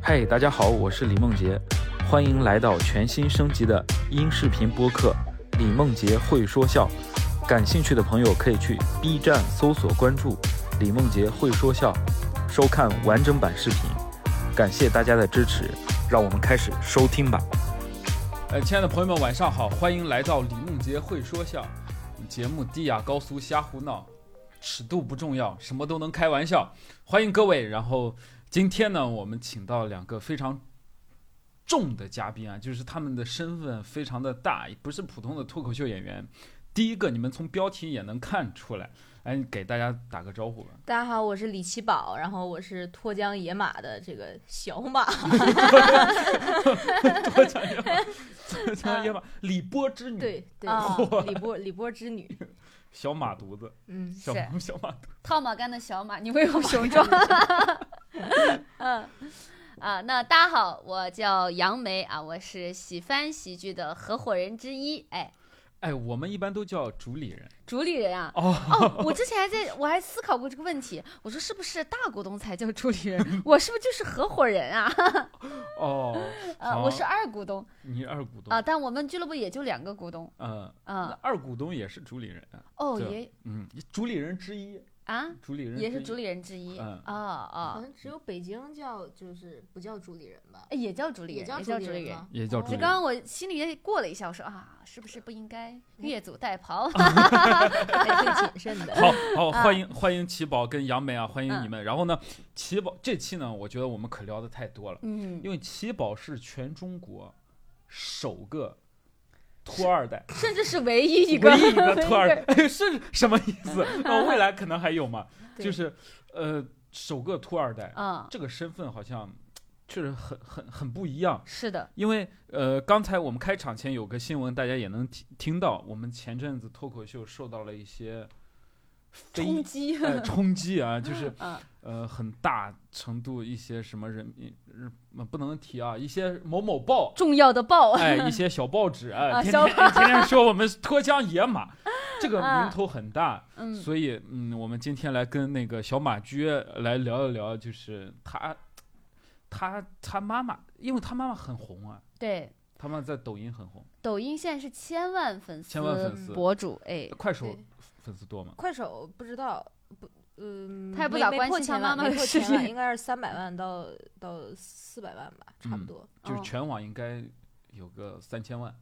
嗨，大家好，我是李梦洁，欢迎来到全新升级的音视频播客《李梦洁会说笑》。感兴趣的朋友可以去 B 站搜索关注“李梦洁会说笑”，收看完整版视频。感谢大家的支持，让我们开始收听 吧。呃，亲爱的朋友们，晚上好，欢迎来到李梦洁会说笑节目，低雅高俗瞎胡闹，尺度不重要，什么都能开玩笑，欢迎各位。然后今天呢，我们请到两个非常重的嘉宾啊，就是他们的身份非常的大，不是普通的脱口秀演员。第一个，你们从标题也能看出来，哎，你给大家打个招呼吧。大家好，我是李奇宝，然后我是脱缰野马的这个小马，脱缰野马，脱缰野马，哎李波之女，对对，啊李波李波之女，小马犊子，嗯，小是 小马套马杆的小马，你会用熊装？ 嗯啊，那大家好，我叫杨梅啊，我是喜翻喜剧的合伙人之一，哎，哎，我们一般都叫主理人主理人啊。哦，哦，我之前还在我还思考过这个问题，我说是不是大股东才叫主理人， 我是不是就是合伙人啊？ 哦，啊，好我是二股东你二股东啊，，但我们俱乐部也就两个股东嗯，那啊。二股东也是主理人，哦，对也嗯，主理人之一，啊，主理人也是之一主理人之一嗯啊好啊，像只有北京叫就是不叫主理人吧，哎也叫主理也人，也主啊叫主理人吗。 也叫主就理刚人，刚我心里过了一下，我说啊，是不是不应该越俎代庖？还哎挺谨慎 的。好好啊欢迎欢迎奇宝跟杨梅啊，欢迎嗯你们。然后呢，奇宝这期呢，我觉得我们可聊的太多了，嗯，因为奇宝是全中国首个托二代，甚至是唯 一一个唯一一个托 二代，哎 是什么意思？哦，未来可能还有嘛？对就是呃，首个托二代，啊，这个身份好像确实很很很不一样。是的，因为呃，刚才我们开场前有个新闻，大家也能听听到，我们前阵子脱口秀受到了一些非冲击，呃冲击啊，就是嗯。呃很大程度一些什么人民日呃不能提啊，一些某某报 重要的报，哎，一些小报纸，哎， 啊天小啊天哎天天说我们脱缰野 马，这个名头很大，嗯所以嗯，我们今天来跟那个小马驹来聊一聊，就是他，他他妈妈，因为他妈妈很红啊，对，他们在抖音很红，抖音现在是千万粉丝，千万粉丝博主，哎，快手对粉丝多吗？快手不知道不，嗯，他也不没咋没关破心千他妈万妈没的破事千万情应该是三百万到到四百万吧，差不嗯多。就是哦全网应该有个三千万，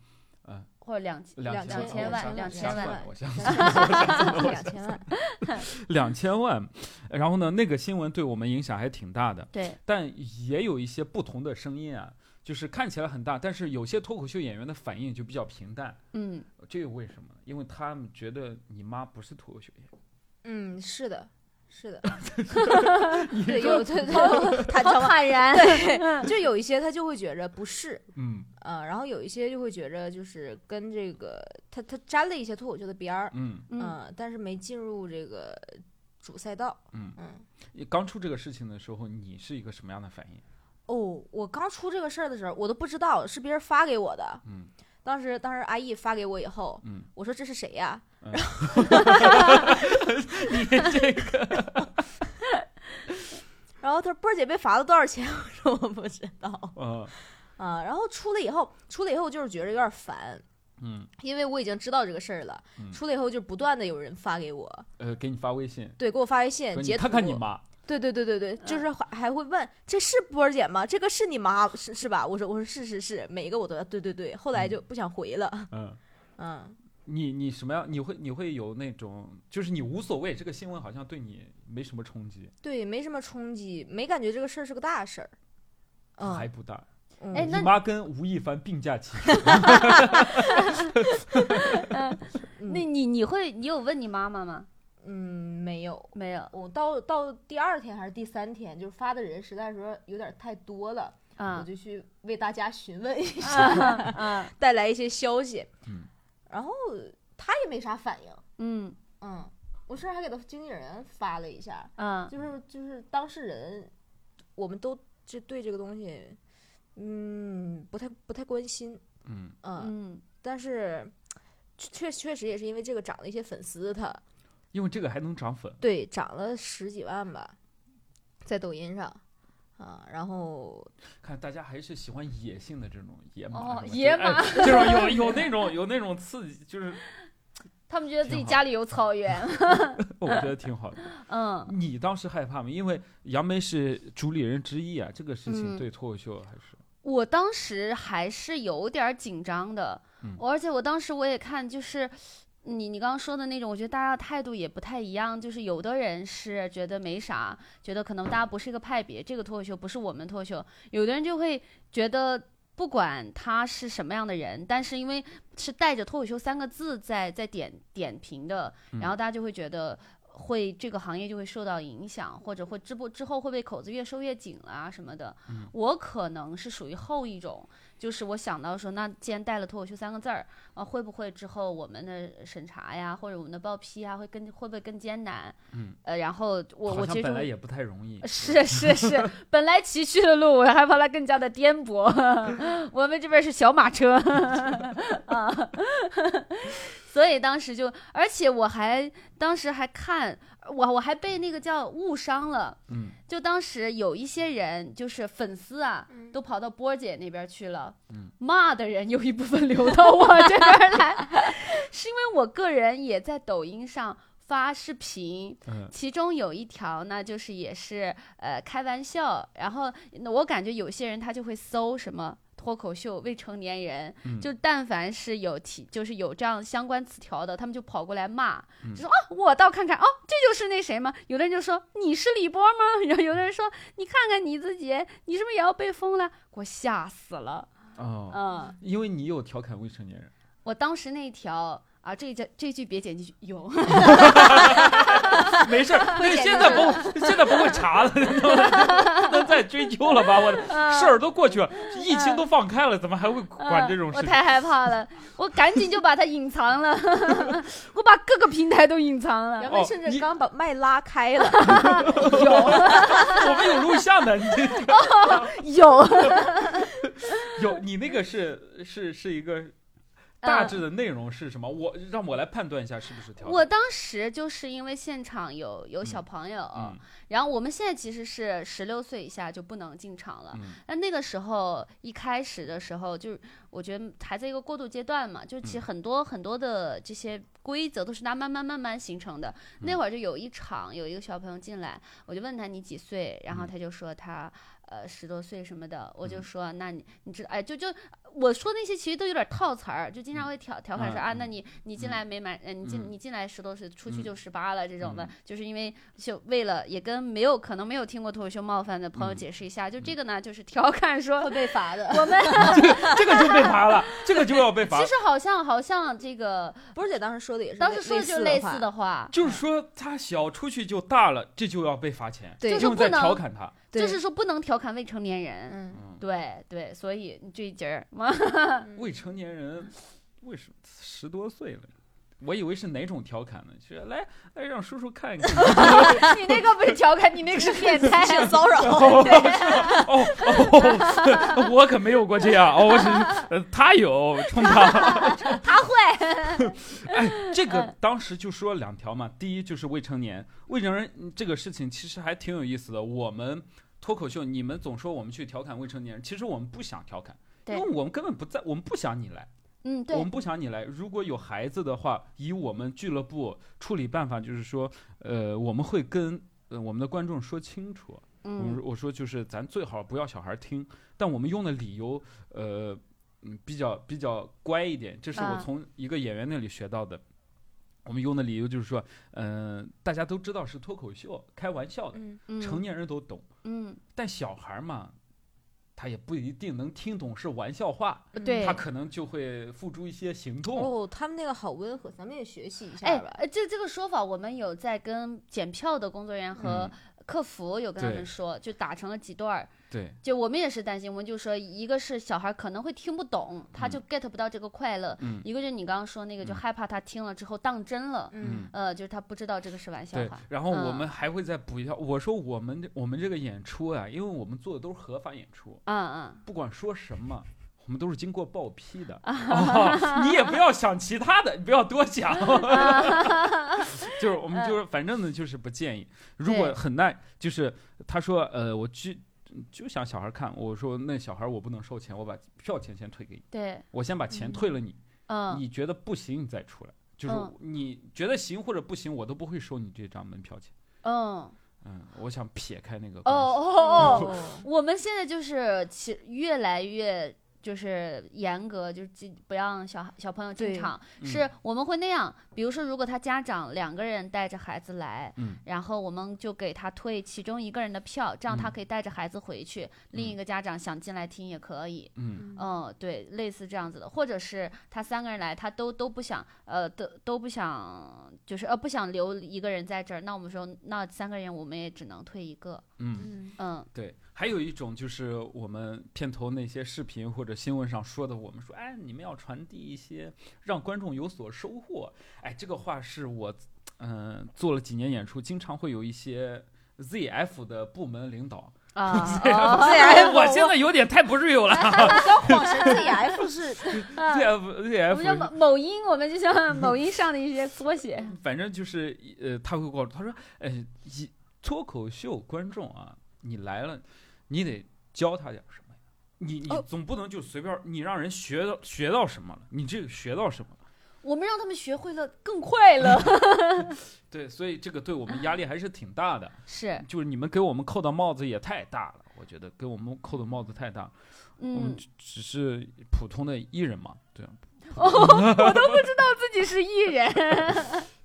呃，或者两千两千千哦万两两千千万我 想两千万， 两千万。然后呢，那个新闻对我们影响还挺大的，对，但也有一些不同的声音啊，就是看起来很大，但是有些脱口秀演员的反应就比较平淡，嗯，这个为什么呢？因为他们觉得你妈不是脱口秀演员，嗯，是的，是的， 你对，说有对对，他好他坦然，对，就有一些他就会觉着不是，嗯呃，然后有一些就会觉着就是跟这个他他沾了一些脱口秀的边儿，嗯嗯、嗯，但是没进入这个主赛道，嗯，嗯。你刚出这个事情的时候，你是一个什么样的反应？哦，我刚出这个事儿的时候，我都不知道是别人发给我的。嗯当时，当时阿姨发给我以后，嗯，我说这是谁呀？嗯 然后， 然后她说波儿姐被罚了多少钱？ 我说我不知道呃，啊。然后出了以后，出了以后就是觉得有点烦，嗯因为我已经知道这个事儿了。嗯出了以后就不断的有人发给我，呃，给你发微信，对，给我发微信说你截图。看看你妈，对对对对对，就是还还会问这是波儿姐吗？这个是你妈是是吧？我说我说是是是，每一个我都要对对对。后来就不想回了，嗯。嗯，你你什么样？你会你会有那种，就是你无所谓，这个新闻好像对你没什么冲击，对，没什么冲击，没感觉这个事儿是个大事儿。还嗯，不大。嗯哎那你妈跟吴亦凡并驾齐驱，嗯那你你会你有问你妈妈吗？嗯没有，没有我到到第二天还是第三天，就是发的人实在说有点太多了，我啊就去为大家询问一下，啊啊， 带来一些消息。嗯，然后他也没啥反应，嗯嗯，我甚至还给他经纪人发了一下，啊，就是就是当事人，我们都就对这个东西，嗯，不太不太关心，嗯，嗯，嗯，但是确确实也是因为这个涨了一些粉丝，他因为这个还能涨粉。对涨了十几万吧，在抖音上，啊，然后看大家还是喜欢野性的这种野马哦是吧就是野马哎这种有有那种有那种刺激，就是他们觉得自己挺好家里有 草原，我觉得挺好的。嗯， 你当时害怕吗？因为杨梅是主理人之一啊，这个事情嗯对脱口秀还是我当时还是有点儿紧张的，嗯我而且我当时我也看就是。你你刚刚说的那种，我觉得大家的态度也不太一样。就是有的人是觉得没啥，觉得可能大家不是一个派别，这个脱口秀不是我们脱口秀。有的人就会觉得，不管他是什么样的人，但是因为是带着脱口秀三个字在在点点评的，嗯然后大家就会觉得会这个行业就会受到影响，或者会之不之后会不会口子越收越紧了啊什么的。嗯我可能是属于后一种，就是我想到说，那既然带了脱口秀三个字儿，啊，会不会之后我们的审查呀，或者我们的报批啊，会更会不会更艰难？嗯，呃，然后我好我像其实本来就也不太容易。是是是，本来崎岖的路，我还怕它更加的颠簸。 我们这边是小马车 啊， 所以当时就，而且我还当时还看我我还被那个叫误伤了。嗯，就当时有一些人就是粉丝啊，嗯都跑到波儿姐那边去了，嗯骂的人有一部分流到我这边来， 是因为我个人也在抖音上发视频，嗯其中有一条呢，就是也是呃开玩笑，然后我感觉有些人他就会搜什么脱口秀未成年人，嗯就但凡是有提就是有这样相关词条的，他们就跑过来骂，嗯就说啊我倒看看哦，这就是那谁吗？有的人就说你是李波吗？ 然后有的人说你看看你自己，你是不是也要被封了？给我吓死了，哦，嗯，因为你有调侃未成年人，我当时那条。啊，这一句这一句别剪进去，有没事儿，那剪现在的不 现在不会查 了，不能再追究了吧？我的嗯事儿都过去了，疫情都放开了，怎么还会管这种我事情？太害怕了，我赶紧就把它隐藏了， 我把各个平台都隐藏了。杨哦梅甚你至刚把麦拉开 了，嗯 我们有录像的，你这有，有你那个是是是一个大致的内容是什么？我让我来判断一下是不是调侃。我当时就是因为现场有有小朋友，嗯然后我们现在其实是十六岁以下就不能进场了。嗯那那个时候一开始的时候，就是我觉得还在一个过渡阶段嘛，就其实嗯很多很多的这些规则都是他慢慢慢慢形成的。嗯那会儿就有一场有一个小朋友进来，我就问他你几岁，然后嗯他就说他呃十多岁什么的，我就嗯说那你你知道哎就就我说那些其实都有点套词儿，就经常会调调侃说嗯啊嗯那你你进嗯来没满呃你进嗯你进来十多岁出去嗯就十八了这种的嗯，就是因为就为了也跟没有可能没有听过脱口秀冒犯的朋友嗯解释一下，就这个呢就是调侃 说会被罚的。我们这个就被罚 了，这个就要被罚其。实好像好像这个波儿姐当时说的也是类，当时说的就是类类似的话，就是说，他小出去就大了，这就要被罚钱，对因为在调侃他。对就是说不能调侃未成年人。嗯，嗯，对对，所以你这一节儿，嗯未成年人为什么十多岁了？我以为是哪种调侃呢？就是来来让叔叔看一看。嗯 你那个不是调侃，你那个是变态啊性骚 扰，哦，是吗哦哦，我可没有过这样哦，我只是呃他有冲他。 他会。嗯哎，这个当时就说两条嘛，第一就是未成年，未成年嗯这个事情其实还挺有意思的。我们脱口秀，你们总说我们去调侃未成年人，其实我们不想调侃，因对为我们根本不在，我们不想你来，嗯，我对们不想你来。如果有孩子的话，以我们俱乐部处理办法就是说，呃，我们会跟。呃，我们的观众说清楚，我们嗯，我说就是咱最好不要小孩听，但我们用的理由，呃，嗯，比较比较乖一点，这是我啊从一个演员那里学到的。我们用的理由就是说，嗯、大家都知道是脱口秀，开玩笑的，嗯，嗯成年人都懂，嗯，但小孩儿嘛，他也不一定能听懂是玩笑话，嗯对他可能就会付诸一些行动。哦，他们那个好温和，咱们也学习一下哎吧。，呃这这个说法，我们有在跟检票的工作人员和嗯客服有跟他对们说，就打成了几段儿。对，就我们也是担心，我们就说，一个是小孩可能会听不懂，他就 get 不到这个快乐；嗯一个就是你刚刚说那个，就嗯害怕他听了之后当真了，嗯，呃，就是他不知道这个是玩笑对话。，然后我嗯们还会再补一下。我说我们这我们这个演出啊，因为我们做的都是合法演出，嗯嗯，不管说什么，我们都是经过报批的。哦、你也不要想其他的，你不要多想。就是我们就是反正呢，就是不建议。如果很耐，就是他说呃，我拒就想小孩看，我说那小孩我不能收钱，我把票钱先退给你，对，我先把钱嗯退了你，嗯你觉得不行你再出来，就是嗯你觉得行或者不行，我都不会收你这张门票钱。嗯，嗯，我想撇开那个哦关系。哦哦， 我们现在就是其越来越就是严格，就是禁不让小孩小朋友进对场，嗯是我们会那样。比如说，如果他家长两个人带着孩子来，嗯然后我们就给他退其中一个人的票，这样他嗯可以带着孩子回去，另一个家长想进来听也可以。嗯嗯，对，类似这样子的，或者是他三个人来，他都都不想，呃，都都不想，就是呃不想留一个人在这儿。那我们说，那三个人我们也只能退一个。嗯， 嗯，嗯，对。还有一种就是我们片头那些视频或者新闻上说的，我们说，哎，你们要传递一些让观众有所收获。哎，这个话是我，嗯、做了几年演出，经常会有一些 ZF 的部门领 导，啊，哎哦 ZF 我现在有点太不 real 了。 刚晃神 ZF 是啊 ZF 我们叫 ZF 某某音，我们就像某音上的一些 缩写。反正就是呃，他会告诉他说，呃，一脱口秀观众啊，你来了，你得教他点什么呀？你你哦总不能就随便儿，你让人学到学到什么了？你这个学到什么了？我们让他们学会了更快乐。对，所以这个对我们压力还是挺大 的，是，就是你们给我们扣的帽子也太大了，我觉得给我们扣的帽子太大，我们嗯，只只是普通的艺人嘛，对啊，自己是艺 人。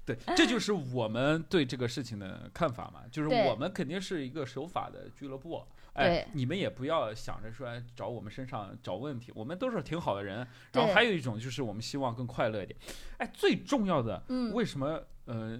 对，这就是我们对这个事情的看法嘛，就是对我们肯定是一个守法的俱乐部。哎对，你们也不要想着说哎找我们身上找问题，我们都是挺好的人。对然后还有一种就是我们希望更快乐一点。哎，最重要的，嗯，为什么呃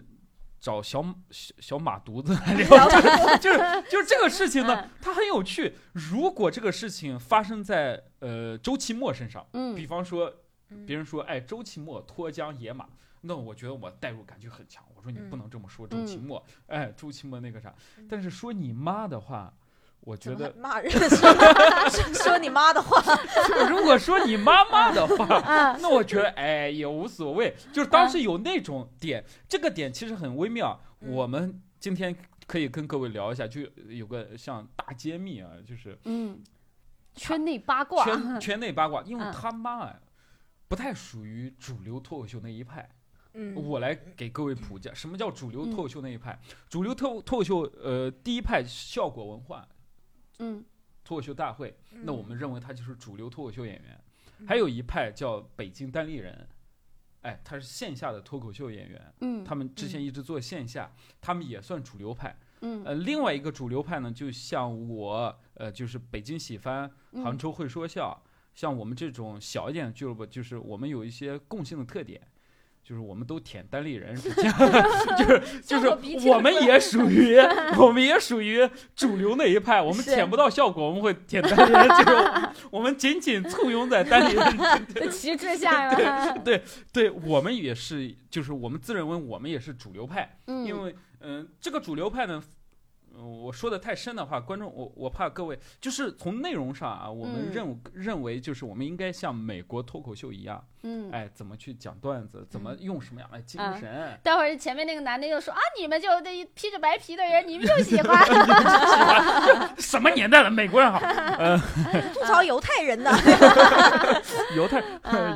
找小小小马犊子 来聊？就是就是就是这个事情呢嗯，它很有趣。如果这个事情发生在呃周奇墨身上，比嗯，方说，嗯别人说，哎，周奇墨脱缰野马，那我觉得我代入感就很强。我说你不嗯能这么说周奇墨，哎，周奇墨那个啥，但是说你妈的话，我觉得骂人说 说你妈的话， 如果说你妈妈的话，啊，那我觉得哎也无所谓。就是当时有那种点，这个点其实很微妙。嗯我们今天可以跟各位聊一下，就有个像大揭秘啊，就是嗯，圈内八卦。圈圈内八卦，因为嗯他妈啊不太属于主流脱口秀那一派。嗯，我来给各位普及，什么叫主嗯流脱口秀那一派？主流脱脱口秀，呃，第一派效果文化嗯脱口秀大会，那我们认为他就是主流脱口秀演员。嗯还有一派叫北京单立人，哎，他是线下的脱口秀演员，嗯他们之前一直做线下，他们也算主流派。嗯呃，另外一个主流派呢，就像我，呃，就是北京喜番、嗯杭州会说笑，像我们这种小一点的俱乐部，就是我们有一些共性的特点，就是我们都舔单立人之间， 就是就像我鼻涕是我们也属 于我们也属于主流那一派，我们是舔不到效果，我们会舔单立人， 就是我们紧紧簇拥在单立人 在旗帜下呀。对我们也是，就是我们自认为我们也是主流派， 嗯，因为嗯、呃这个主流派呢。呃我说的太深的话，观众我我怕各位就是从内容上啊，我们嗯认、认为就是我们应该像美国脱口秀一样，嗯。哎，怎么去讲段子，怎么用什么样的精啊神， 待会儿前面那个男的又说啊，你们就那披着白皮的人，你们就喜 欢。什么年代了，美国人好，吐槽犹太人呢，犹太、啊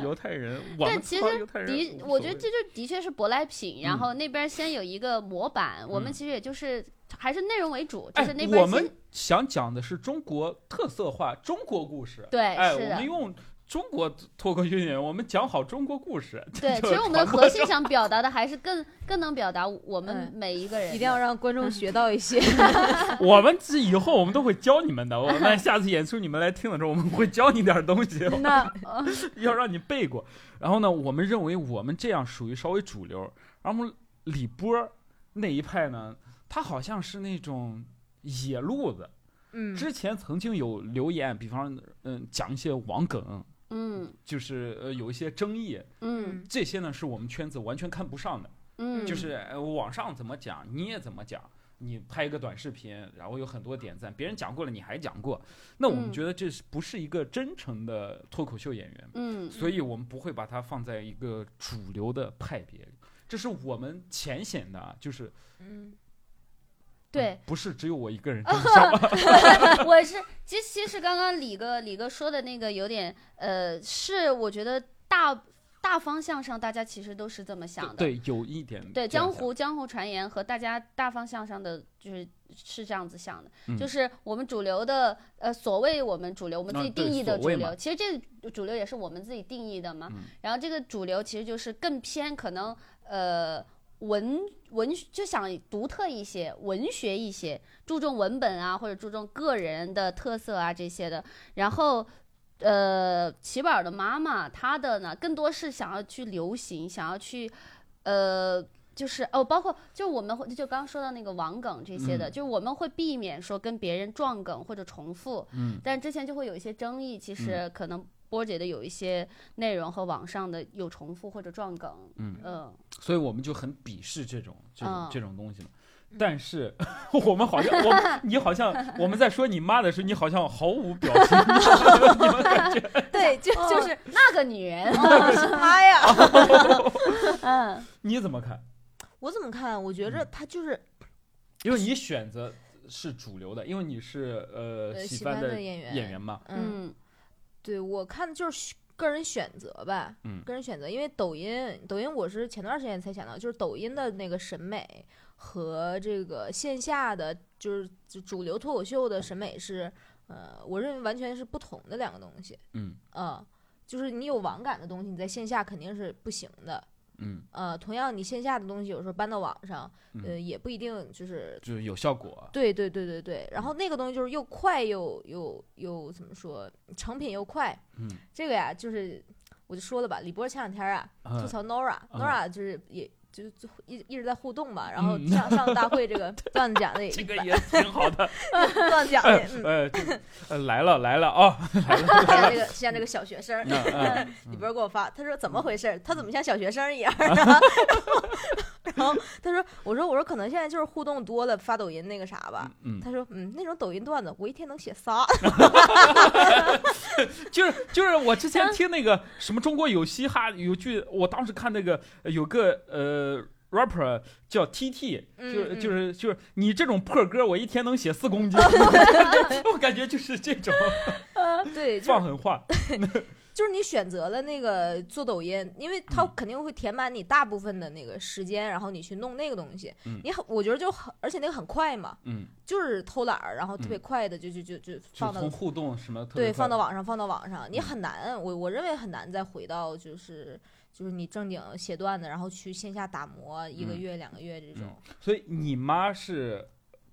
犹太人，我但们其知道实犹太人无的，所我觉得谓这就的确是舶来品。然后那边先有一个模板，我们嗯其实也就是还是内容为主，就哎是那，我边们先想讲的是中国特色化、中国故事，对，哎，是我的们。用中国脱口秀演员，我们讲好中国故事。对，就其实我们的传播核心想表达的还是更更能表达我们嗯每一个人的，一定要让观众学到一 些。 我们这以后我们都会教你们的。我们下次演出你们来听的时候，我们会教你点儿东西， 那呃 要让你背过。然后呢，我们认为我们这样属于稍微主流，然后我们李波儿那一派呢，他好像是那种野路子。嗯之前曾经有留言，比方嗯讲一些网梗，嗯就是呃有一些争议，嗯这些呢是我们圈子完全看不上的。嗯，就是呃网上怎么讲你也怎么讲，你拍一个短视频，然后有很多点赞，别人讲过了你还讲过，那我们嗯觉得这是不是一个真诚的脱口秀演员？嗯所以我们不会把它放在一个主流的派别里，这是我们浅显的，啊，就是嗯 对，不是只有我一个 人这么想吧嗯我是其实其实刚刚李哥李哥说的那个有点呃，是我觉得大大方向上大家其实都是这么想的。对，有一点嗯对这样想江湖江湖传言和大家大方向上的就是是这样子想的，嗯就是我们主流的呃所谓我们主流我们自己嗯对定义的所主谓流，嘛其实这个主流也是我们自己定义的嘛。嗯然后这个主流其实就是更偏可能呃文文就想独特一些，文学一些，注重文本啊或者注重个人的特色啊这些的，然后。呃，齐宝的妈妈，她的呢，更多是想要去流行，想要去呃，就是哦，包括就我们会就刚刚说到那个网梗这些的，嗯就是我们会避免说跟别人撞梗或者重复，嗯，但之前就会有一些争议，其实可能波姐的有一些内容和网上的有重复或者撞梗，嗯嗯所以我们就很鄙视这种这种、嗯这种东西嘛嗯。 但是我们好像我们你好像我们在说你妈的时候，你好像毫无表情， 你们感觉 对，就哦就是那个女人，哦是他呀。嗯，你怎么看？ 我怎么看？我嗯觉着他就是因为你选择是主流的，因为你是呃呃喜喜欢欢的的演员演员嘛，嗯，嗯对我看就是选个人选择吧，嗯个人选择，因为抖音，抖音我是前段时间才想到，就是抖音的那个审美和这个线下的就是就主流脱口秀的审美是，呃，我认为完全是不同的两个东西，嗯呃，就是你有网感的东西，你在线下肯定是不行的，嗯，呃，同样你线下的东西有时候搬到网上，嗯呃，也不一定就是就是有效果，对对对对对，然后那个东西就是又快又又又怎么说，成品又快。嗯，这个呀，就是我就说了吧，李波前两天啊嗯吐槽 Nora，Nora、嗯 Nora 就是也就就一一直在互动嘛，然后嗯上上大会这 个段子讲的也这一个般，也挺好 的，段子讲的也嗯，呃这个呃来了来了啊， 像这个像这个小学生儿。嗯 嗯李波给我发，他说怎么回事儿？他怎么像小学生一样 啊？然后他说，我说我说可能现在就是互动多了，发抖音那个啥吧。嗯，他说嗯，那种抖音段子我一天能 写仨。就是就是我之前听那个什么中国有嘻哈有句，我当时看那个呃有个呃 rapper 叫 TT，就嗯是嗯就是就是你这种破歌，我一天能写四公斤，我感觉就是这种呃对，就是放狠话，就是你选择了那个做抖音，因为嗯它肯定会填满你大部分的那个时间，然后你去弄那个东西。嗯你很，我觉得就很，而且那个很快嘛，嗯，就是偷懒儿，然后特别嗯快的就、就就就就放到从互动什么特别对放到快网上，放到网上，你嗯很难，我我认为很难再回到就是就是你正经写段子，然后去线下打磨一个嗯月、两个月这种。所以你妈是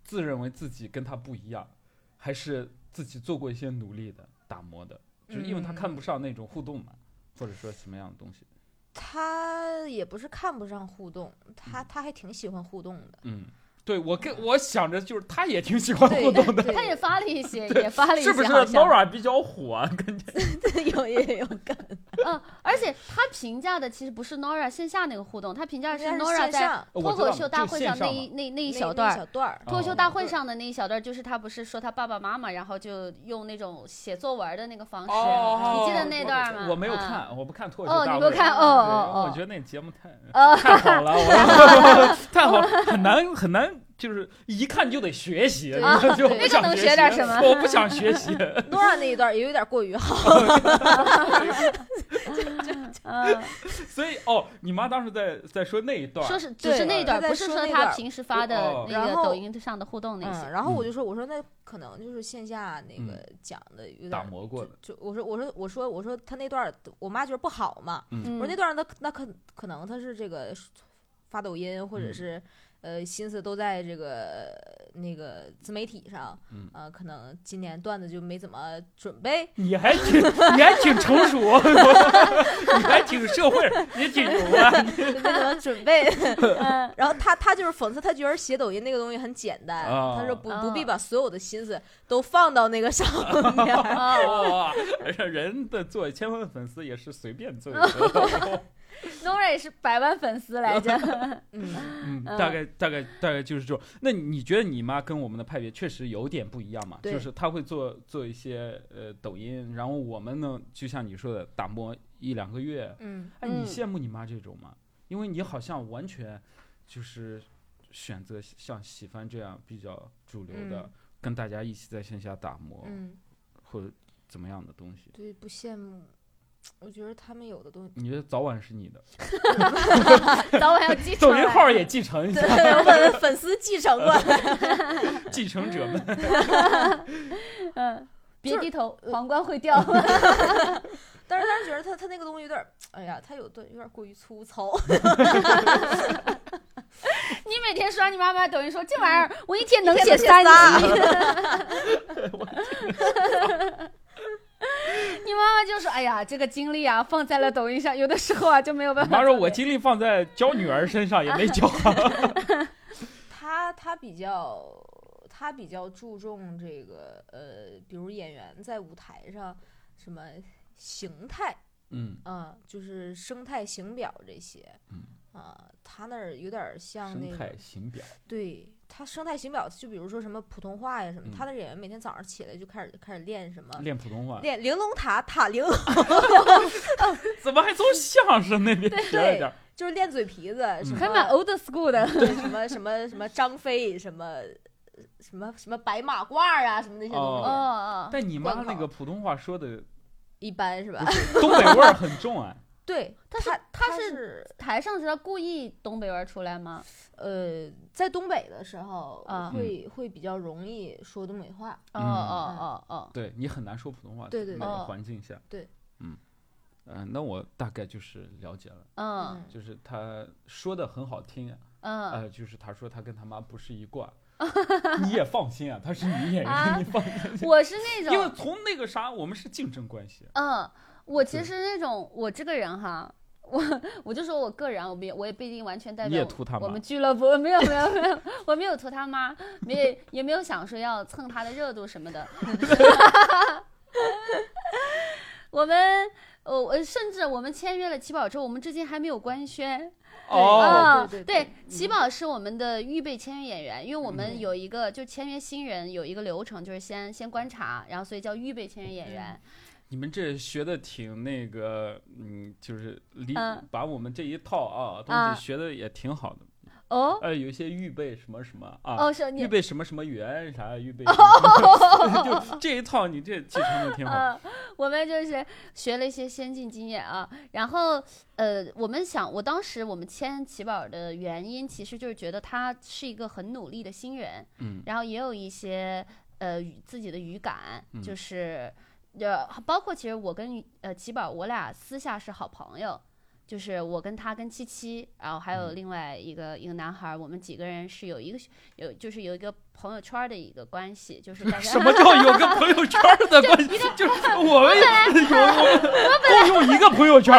自认为自己跟她不一样，还是自己做过一些努力的打磨的？就是因为嗯她看不上那种互动嘛，或者说什么样的东西？他也不是看不上互动，他他还挺喜欢互动的，嗯，对我跟我想着就是她也挺喜欢互动的，对她也发了一些，也发了一些，是不是好像 Nora 比较火、啊？感觉 对有也有感，嗯，而且她评价的其实不是 Nora 线下那个互动，她评价的是人家是 Nora 线在上脱口秀大会上那一一那那那一小那段儿小段啊儿，脱口秀大会哦上的那一小段儿，就是他不是说他爸爸妈妈，然后就用那种写作文儿的那个方式，哦，你记得那段儿吗？我没有嗯。看，我不看脱口秀哦，大你会。不看哦对哦我觉得哦，那节目太哦太好了，我 太好了，很难很难，就是一看就得学习，对就就啊那不个想能学学习点什么我不想学习。诺亚那一段也有点过于好，嗯，所以哦，你妈当时在在说那一段儿，说是只是那一段儿，对不是他在说说那他段儿平时发的哦那个然后抖音上的互动那嗯，些。然后我就说，我说那可能就是线下那个讲的有点嗯打磨过的，就我说我说我说我说他那段儿我妈觉得不好嘛，嗯我说那段儿那那可可能他是这个发抖音或者嗯是呃心思都在这个那个自媒体上嗯，呃，可能今年段子就没怎么准备， 你还挺你还挺成熟，啊 你还挺社会，你挺牛啊。 就没怎么准 备，嗯然后他他就是讽刺，他觉得写抖音那个东西很简单，啊他说不啊不必把所有的心思都放到那个上面 儿。哦哇，人的做千万粉丝也是随便做一个。 ，Nora 也是百万粉丝来着。嗯，嗯，嗯大概大概大概就是这种。那你觉得你妈跟我们的派别确实有点不一样嘛？对就是她会做做一些呃抖音，然后我们呢，就像你说的，打磨一两个月。嗯，哎，你嗯羡慕你妈这种吗？因为你好像完全就是选择像喜欢这样比较主流的，嗯跟大家一起在线下打磨、嗯，或者怎么样的东西。对，不羡慕。我觉得他们有的东西，你觉得早晚是你的， 早晚要继承抖来。音号也继承一对，下，我们粉丝继承过来。继承者 们。嗯，别就是呃低头，皇冠会 掉。但是当时觉得他他那个东西有点儿，哎呀，他有的有点儿过于粗糙。 你每天刷你妈妈抖音说这玩意儿，我嗯一天能一天写能写三仨集。 你妈妈就说：“哎呀，这个精力啊，放在了抖音上，有的时候啊就没有办法。”妈说，我精力放在教女儿身上也 没啊教好。他他比较他比较注重这个呃，比如演员在舞台上什么形态 嗯，啊、就是生态形表这些，嗯啊、他那儿有点儿像啊那生个态型表，对他生态形表，就比如说什么普通话呀什么，嗯他的演员每天早上起来就开始开始练什么。练普通话，练玲珑塔塔玲珑， 怎么还从相声那边学了一点儿？就是练嘴皮子，嗯什么还蛮 old school 的。对 什么什么什么张飞，什么什么什么白马褂儿啊，什么那些东哦西，哦，但你妈贯口那个普通话说 的一 般是吧？东北味儿很重啊。对，但是他他是是台上是他故意东北味儿出来吗？呃，在东北的时候啊会、会比较容易说东北话，哦嗯哦哦哦，对你很难说普通话，对对那对个哦环境下，对，嗯，呃，那我大概就是了解了，嗯就是他说的很好听，嗯。呃，就是他说他跟他妈不是一 挂，你也放心啊，他是女演啊员，你放心，我是那种，因为从那个啥，我们是竞争关系，啊嗯，我其对实那种我这个人哈，我我就说我个人啊，我没有我也不一定完全代你也表图他我妈们，俱乐部，没有没有没有，我没有图他妈，没也没有想说要蹭他的热度什么的。 我们呃我甚至我们签约了七宝之后，我们至今还没有官宣。哦，啊对对对对，齐宝是我们的预备签约演员，因为我们嗯有一个就签约新人有一个流程，就是先先观察，然后所以叫预备签约演员。你们这学的挺那个，嗯，就是离嗯把我们这一套啊啊东西学的也挺好的，哦呃，有一些预备什么什么啊，哦，是你预备什么什么圆啥，预备什么 就这一套，你这继承的挺好。呃，我们就是学了一些先进经验啊。然后呃，我们想，我当时我们签齐宝的原因，其实就是觉得他是一个很努力的新人， 嗯然后也有一些呃与自己的语感，嗯就是呃，包括其实我跟呃齐宝，我俩私下是好朋友。就是我跟他跟七七，然后还有嗯另外一个、一个男孩儿，我们几个人是有一个有就是有一个朋友圈儿的一个关系，就是大家 什么叫有个朋友圈的关系？ 就是我们有我们共用一个朋友圈，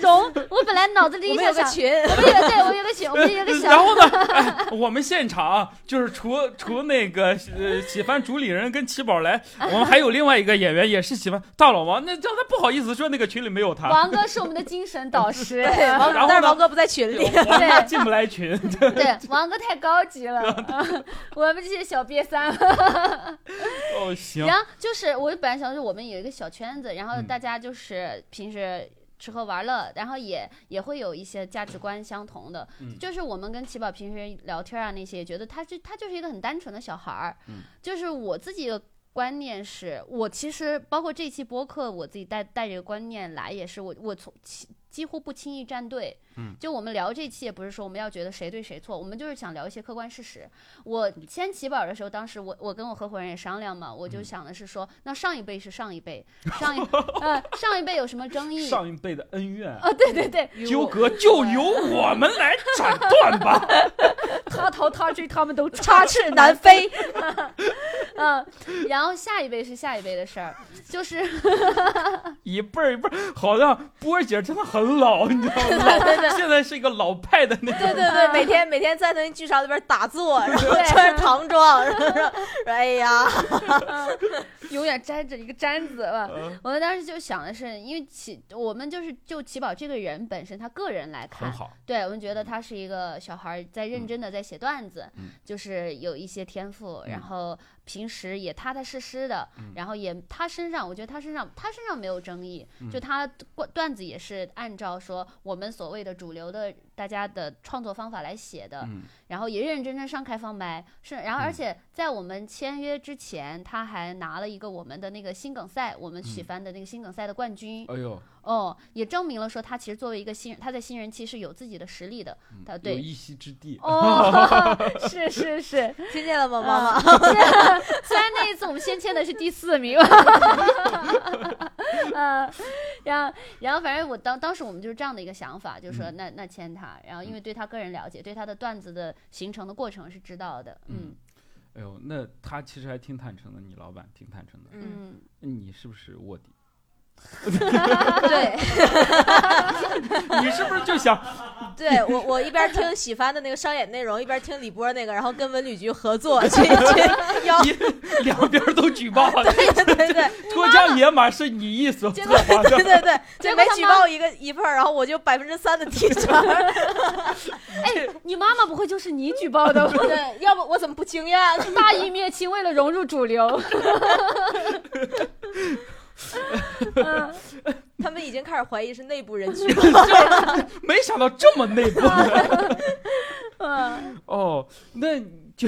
融，我本来脑子里我一们有想个想，群，我们有个对，我们有个群，我们有个然小，后呢，哎我们现场就是除除那个呃喜欢主理人跟七宝来，我们还有另外一个演员也是喜欢大老王，那叫他不好意思说那个群里没有他，王哥是我们的精神 导师， 对，王然后但是呢王哥不在群里，哎 我们俩进不来群。对，王哥太高级了，我们这些小瘪三。哦，行，然后就是我本来想说，我们有一个小圈子，然后嗯大家就是平时。吃喝玩乐，然后也也会有一些价值观相同的，嗯就是我们跟齐宝平时聊天啊那些，觉得他就他就是一个很单纯的小孩儿，嗯就是我自己的观念是我其实包括这期播客，我自己带带这个观念来也是我我从几几乎不轻易站队，嗯就我们聊这期也不是说我们要觉得谁对谁错，我们就是想聊一些客观事实，我签起宝的时候，当时我我跟我合伙人也商量嘛，我就嗯想的是说，那上一辈是上 一辈，上一呃上一辈有什么争议？上一辈的恩怨啊，对 对对，纠葛就由我们来斩断吧。他逃他追，他们 都插翅难飞。嗯，然后下一辈是下一辈的事儿，就是一辈儿一辈儿，好像波儿姐真的很老，你知道吗？现在是一个老派的那 对种。对对，每天每天在那剧场里边打坐，然后对穿着唐装，然后说说哎呀，呃永远粘着一个粘子吧。呃我们当时就想的是，因为齐我们就是就齐宝这个人本身，他个人来看很，好，对，我们觉得他是一个小孩儿，在认嗯真的在写段子，嗯就是有一些天赋，然嗯后平时也踏踏实实的，嗯然后也他身上，我觉得他身上他身上没有争议，嗯就他段段子也是按按照说我们所谓的主流的大家的创作方法来写的，嗯然后也认认真真上开放麦，是，然后而嗯且在我们签约之前，他还拿了一个我们的那个新梗赛，我们曲嗯帆的那个新梗赛的冠军，哎呦，哦，也证明了说他其实作为一个新人，他在新人期是有自己的实力的，嗯他有对。一席之地，哦，是是是，听见了吗，妈妈？虽然那一次我们先签的是第四 名， 嗯，然后然后反正我当当时我们就是这样的一个想法，就是说嗯那那签他，然后因为对他个人了解，对他的段子的形成的过程是知道的，嗯哎呦，那他其实还挺坦诚的，你老板挺坦诚的，嗯，嗯，那你是不是卧底？对 你是不是就想对，我我一边听喜欢的那个商演内容，一边听李波那个，然后跟文旅局合作去 去邀两边都举报？ 对对对。脱缰野马是你一手策结划对的，对对，结就果每他举妈报一个一份儿，然后我就百分之三的提 成儿。哎你妈妈不会就是你举报的吧？对，要不我怎么不惊讶呢？ 大义灭亲，为了融入主流，嗯，他们已经开始怀疑是内部人 群 了。没想到这么内部。嗯哦，那就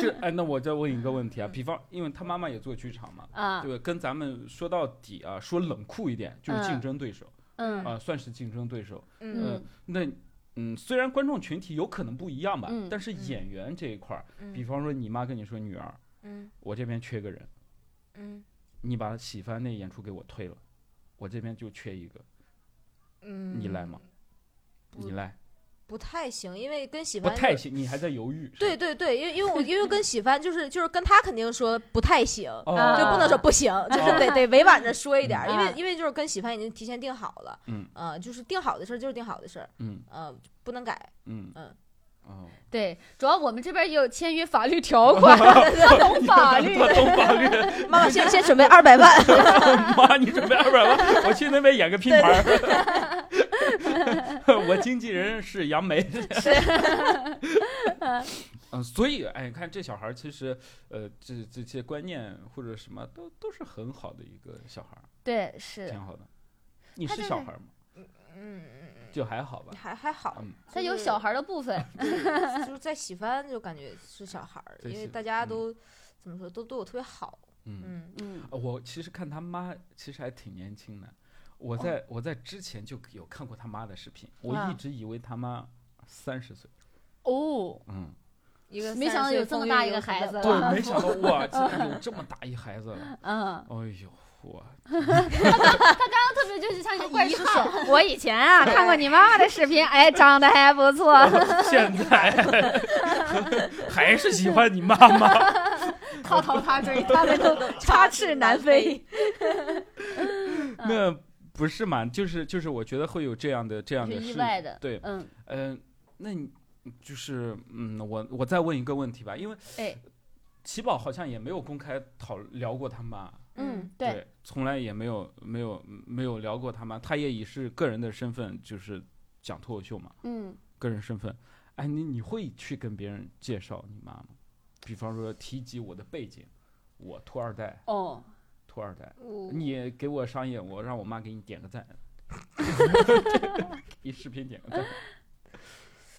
就哎，那我再问一个问题啊，比方，因为他妈妈也做剧场嘛，嗯啊，对，跟咱们说到底啊，说冷酷一点，就是竞嗯争对手啊、嗯算是竞争对手。呃嗯嗯那嗯，虽然观众群体有可能不一样吧，嗯但是嗯演员这一块儿，比嗯方说你妈跟你说女儿，嗯我这边缺个人，嗯你把喜欢那演出给我推了，我这边就缺一个，嗯，你来吗？不你来，不太行，因为跟喜不欢太行，你还在犹豫，是对吧，对对，因为因为我因为跟喜欢就是就是跟他肯定说不太行，哦，啊就不能说不行，就是啊得得委婉着说一点儿，嗯因为啊因为就是跟喜欢已经提前定好了，嗯呃，就是定好的事儿就是定好的事儿，嗯呃，不能改。嗯嗯哦，对，主要我们这边也有签约法律条 款，懂法律不。懂法律，妈妈 先先准备二百万，妈，你准备二百万，我去那边演个拼盘儿。 我经纪人是杨梅。 嗯，所以哎，你看这小孩儿其实，呃，这这些观念或者什么都都是很好的一个小孩儿，对，是挺好的。你他是就是小孩儿吗？嗯，就还好吧。还还好，嗯它有小孩的部分，就是就是在喜欢就感觉是小孩儿，对因为是大家都怎么说都对我特别好，嗯，嗯嗯呃我其实看他妈其实还挺年轻的。我在我在之前就有看过他妈的视频，我哦啊一直以为他妈三十岁。哦，嗯。一个没想到有这么大一个孩子对，对，没想 到哇，竟然有这么大一孩子了！嗯，哎呦，我特别就是像一个怪遗叔叔憾。我以前啊看过你妈妈的视频，哎，长得还不错，现在还是喜欢你妈妈。 套套他追，他们都插翅难飞。那不是嘛？就是就是，我觉得会有这样的这样的是意事外的对，嗯，嗯、那你就是嗯，我我再问一个问题吧，因为哎，奇宝好像也没有公开讨聊过他妈。嗯嗯，对，从来也没有没有没有聊过他妈，他也以是个人的身份，就是讲脱口秀嘛。嗯，个人身份，哎，你你会去跟别人介绍你妈吗？比方说提及我的背景，我托二代，哦，托二代，我你给我商演，我让我妈给你点个 赞，给视频点个赞，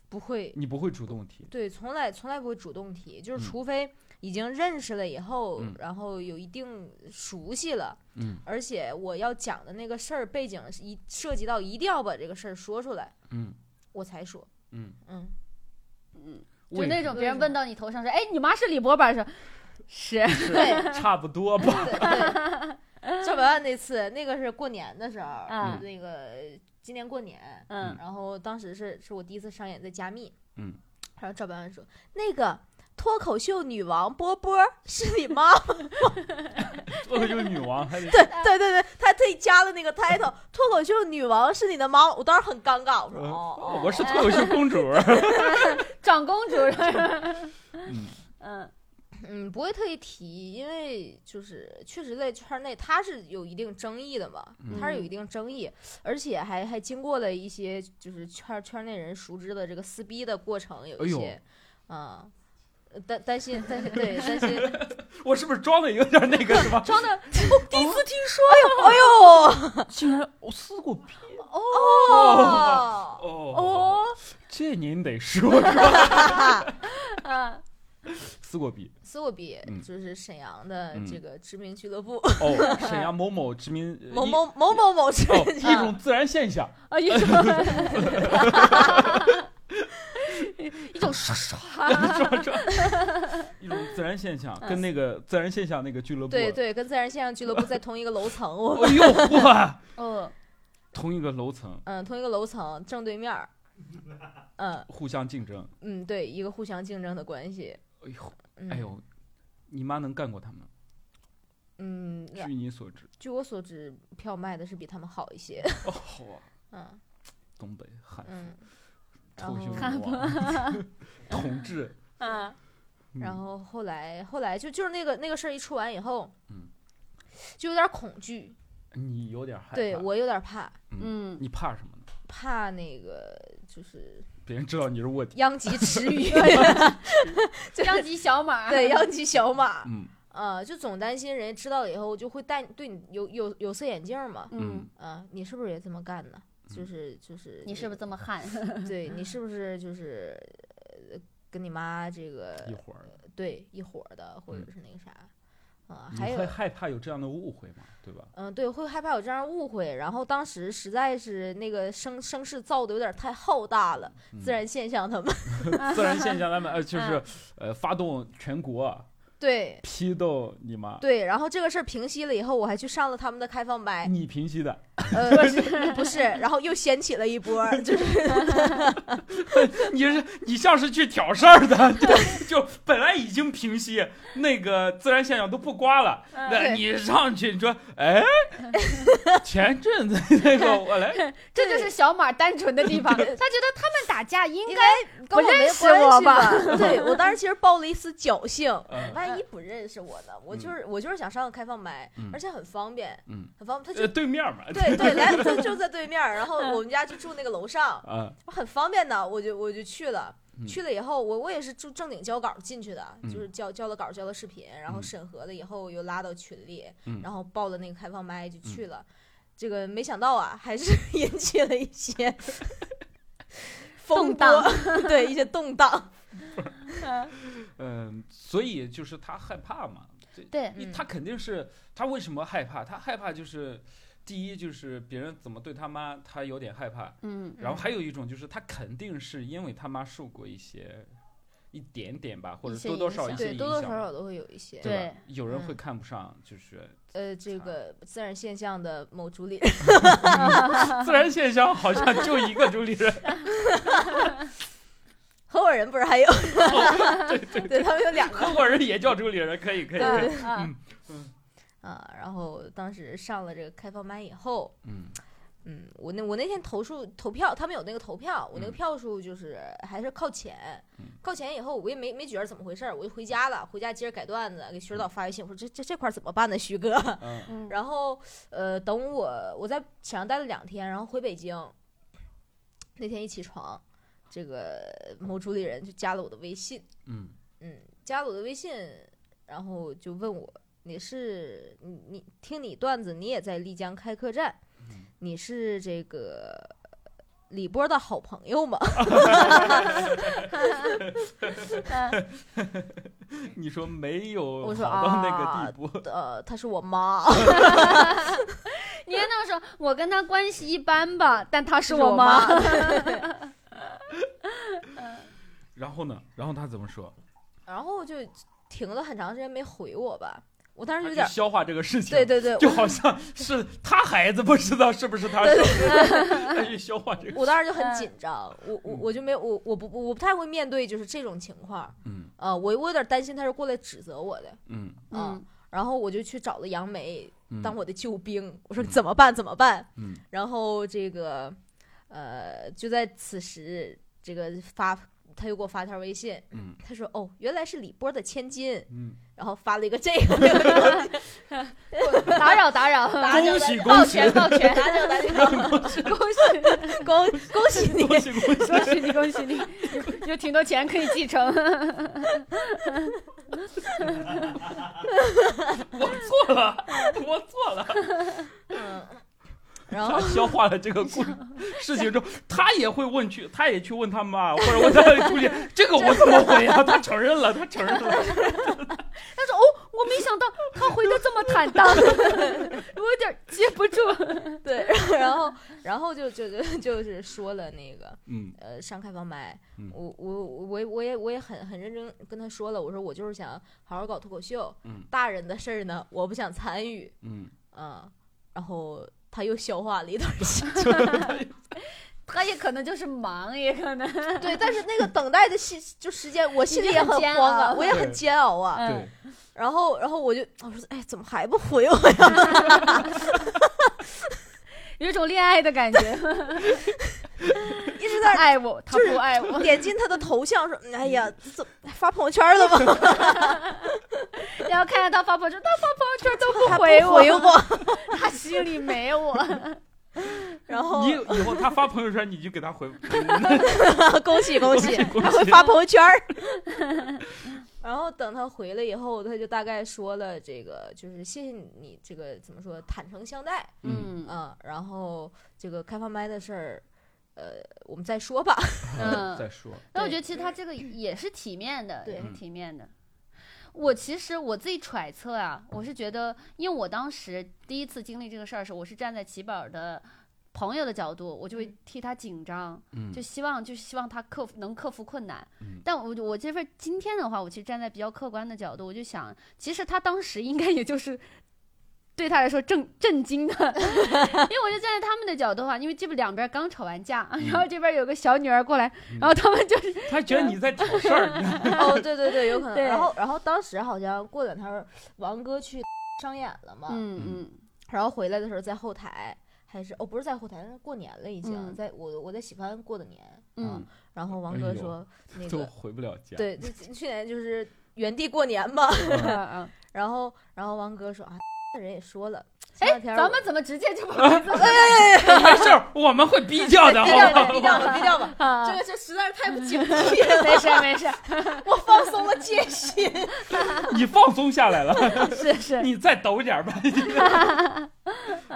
不会，你不会主动提，对，从来从来不会主动提，就嗯是除非已经认识了以后，嗯然后有一定熟悉了，嗯而且我要讲的那个事儿背景是一涉及到一定要把这个事儿说出来，嗯我才说。嗯，嗯，就为那什种么别人问到你头上说，哎，你妈是李博吧？说，是， 对差不多吧， 对对。赵百万那次，那个是过年的时候，嗯那个今年过年，嗯然后当时是是我第一次商演在加密，嗯，然后赵百万说那个脱口秀女王波波是你妈吗？脱口秀女王还得对对对对，他特意加了那个 title，脱口秀女王是你的妈吗？我当时很尴尬，我说嗯哦，我是脱口秀公主，长公主。嗯嗯嗯，不会特意提，因为就是确实在圈内他是有一定争议的嘛，嗯他是有一定争议，而且还还经过了一些就是圈圈内人熟知的这个撕逼的过程，有一哎呦些，啊、呃担担心担心 对担心，哎我是不是装的有点那 个什么？装的呦哎呦，竟然我撕过逼，哦哦，哦，这您得说说。嗯啊，撕过 逼所以我比嗯就是沈阳的嗯这个知名俱乐部，哦，沈阳某某殖 民某某某某某知一哦名俱一种自然现 象，啊，一种一种刷刷，说说 一种自然现象，跟那个自然现象那个俱乐部，嗯啊对，对，跟自然现象俱乐部在同一个楼层，我哎呦哇， 哦，同一个楼层，嗯，同一个楼层正对 面儿，嗯互相竞争，嗯，对，一个互相竞争的关系，哎呦嗯、哎，呦，你妈能干过他们？嗯，据你所知，据我所知，票卖的是比他们好一些， 哦，好啊，嗯东北汉嗯然臭后熊王， 同志，嗯，嗯然后后来后来就就是那个那个事儿一出完以后，嗯，就有点恐惧，你有点害怕，对我有点怕，嗯，你怕什么呢？怕那个就是别人知道你是卧底，殃及池 鱼， 殃及小马，对，殃及小马，嗯呃，就总担心人家知道了以后就会戴对你有有有色眼镜儿嘛，嗯，啊，你是不是也这么干呢？嗯就是就是你是不是这么嗯悍？是对你是不是就是呃跟你妈这嗯一个会儿，对一伙儿的，或者嗯是那个啥啊、你还会有害怕有这样的误会吗？对吧？嗯，对，会害怕有这样的误会。然后当时实在是那个声声势造的有点太浩大了，嗯自然现象他们 自然现象，他们呃就是嗯呃发动全国啊对批斗你妈，对。然后这个事儿平息了以后，我还去上了他们的开放 麦，你平息的， 呃，不是，然后又掀起了一波儿，就是你是你像是去挑事儿的， 就就本来已经平息，那个自然现象都不刮了，那嗯对你上去你说， 哎，前阵子那个我来， 这就是小马单纯的地方， 他觉得他们打架应 该跟我没认识关我系 吧吧？对我当时其实抱了一丝侥幸，嗯呃 万一不认识我呢？我就是我就是想上个开放麦嗯，而且很方便，嗯，很方便。他呃就对面嘛，对 对，来就就在对面儿，然后我们家就住那个楼上， 啊，很方便的，我就我就去了嗯。去了以后，我我也是正正经交稿进去的，嗯就是交交了稿，交了视频，然后嗯审核了以后又拉到群里，嗯然后报了那个开放麦就去了。这个没想到啊，还是引起了一些风动荡波， 对一些动荡。嗯嗯，所以就是他害怕嘛，这对你嗯他肯定是他为什么害怕？他害怕就是第一就是别人怎么对他妈，他有点害怕。嗯然后嗯还有一种就是他肯定是因为他妈受过一些一点点吧，或者一些多多影少少一响些对，影多多响少少吧。都会有一些。对吧？有人会嗯看不上， 就是呃，这差个自然现象的某 主理人，自然现象，好像就一个主理人。合伙人不是 还有？对他们有两个。合伙人也叫主理人，可以可 以。可以对啊，啊，然后当时上了这个开放麦以后，嗯嗯，我那我那天投数投票，他们有那个投票，我那嗯个票数就是还是靠前，嗯靠前以后我也没没觉得怎么回事儿，我就回家了，回家接着改段子，给徐指导发微信，我说这这这块儿怎么办呢，徐哥？ 嗯嗯然后呃，等我我在沈阳待了两天，然后回北京，那天一起床，这个某主理人就加了我的微信，嗯嗯，加了我的微信，然后就问我你是你你听你段子，你也在丽江开客栈，嗯你是这个李波的好朋友吗？ 你说没有好我说到那啊个地步，呃，她是我妈，你也能说，我跟他关系一般吧，但他是我妈妈。。然后呢？然后他怎么说？然后就停了很长时间没回我吧，我当时他有去点儿，消化这个事情，对对对，啊 就好像是他孩子不知道是不是他生的，他去消化这个。 我当时就很紧张，我我我就没有我我不我不太会面对就是这种情况，嗯呃，我我有点担心他是过来指责我的，嗯啊嗯，然后我就去找了杨梅嗯当我的救兵，我说嗯怎么办怎么办，嗯然后这个呃就在此时这个发他又给我发条微信，嗯他说哦原来是李波的千金，嗯，然后发了一个这个，嗯打扰打扰，打扰恭喜哎抱恭喜拳抱拳，打 扰打扰，恭喜恭恭喜你，恭喜恭喜！ 恭喜你恭喜你， 有挺多钱可以继承。我错了，我错了。嗯，然后他消化了这个故事情之后，他也会问去，他也去问他妈，或者问他的助理，这个我怎么回呀、他承认了，他承认了。他说：“哦，我没想到他回的这么坦 荡，我有点接不住。对， 然后然后就 就就就是说了那个嗯呃上开放麦嗯，我我我也我也我也很很认真跟他说了，我说我就是想好好搞脱口秀，嗯大人的事儿呢我不想参与，嗯，嗯，然后他又消化了一段儿时间，嗯他也可能就是忙，也可能 对，但是那个等待的心就时间，我心里也很你就很煎慌熬啊，我也很对煎熬啊，嗯对，然后然后我就我说哎怎么还不回我呀？ 有一种恋爱的感觉。一直他在爱我，他就是不爱 我，点进他的头像说，哎呀，怎么发朋友圈了吗？ 然后看到他发朋友圈，他发朋友圈都还不不回回我，我，他心里没我。然后你以后他发朋友圈，你就给他回 恭喜恭喜，恭还会喜。发朋友圈 儿。然后等他回了以后，他就大概说了这个，就是谢谢你这个怎么说坦诚相待，嗯嗯嗯，然后这个开放麦的事儿，呃，我们再说吧。嗯再说，但我觉得其实他这个也是体面的，对也是体面的。我其实我自己揣测啊，我是觉得，因为我当时第一次经历这个事儿的时，候，我是站在齐宝的朋友的角度，我就会替他紧张，嗯就希望就是希望他克服能克服困难。嗯但我我这份今天的话，我其实站在比较客观的角度，我就想，其实他当时应该也就是。对他来说震 震 惊的，因为我就站在他们的角度啊，因为这不两边刚吵完架，嗯然后这边有个小女儿过来，然后他们就是他觉得你在挑事儿，你知道吗哦，对对对，有可能。对然后然后当时好像过两天王哥去商演了嘛，嗯嗯，然后回来的时候在后台，还是哦不是在后台，是过年了已经，嗯在我我在喜欢过的年，嗯，然后王哎哥呦说、那都个回不了家。对，就去年就是原地过年嘛， 嗯，然后然后王哥说啊，这人也说了，前哎，两天咱们怎么直接就把名字 哎没事儿，我们会逼教的，低好调不吧，低好？调吧，低调吧。啊这个这实在是太不景气了，没事没事，我放松了戒心。你放松下来了， 是是，你再抖点儿 吧。嗯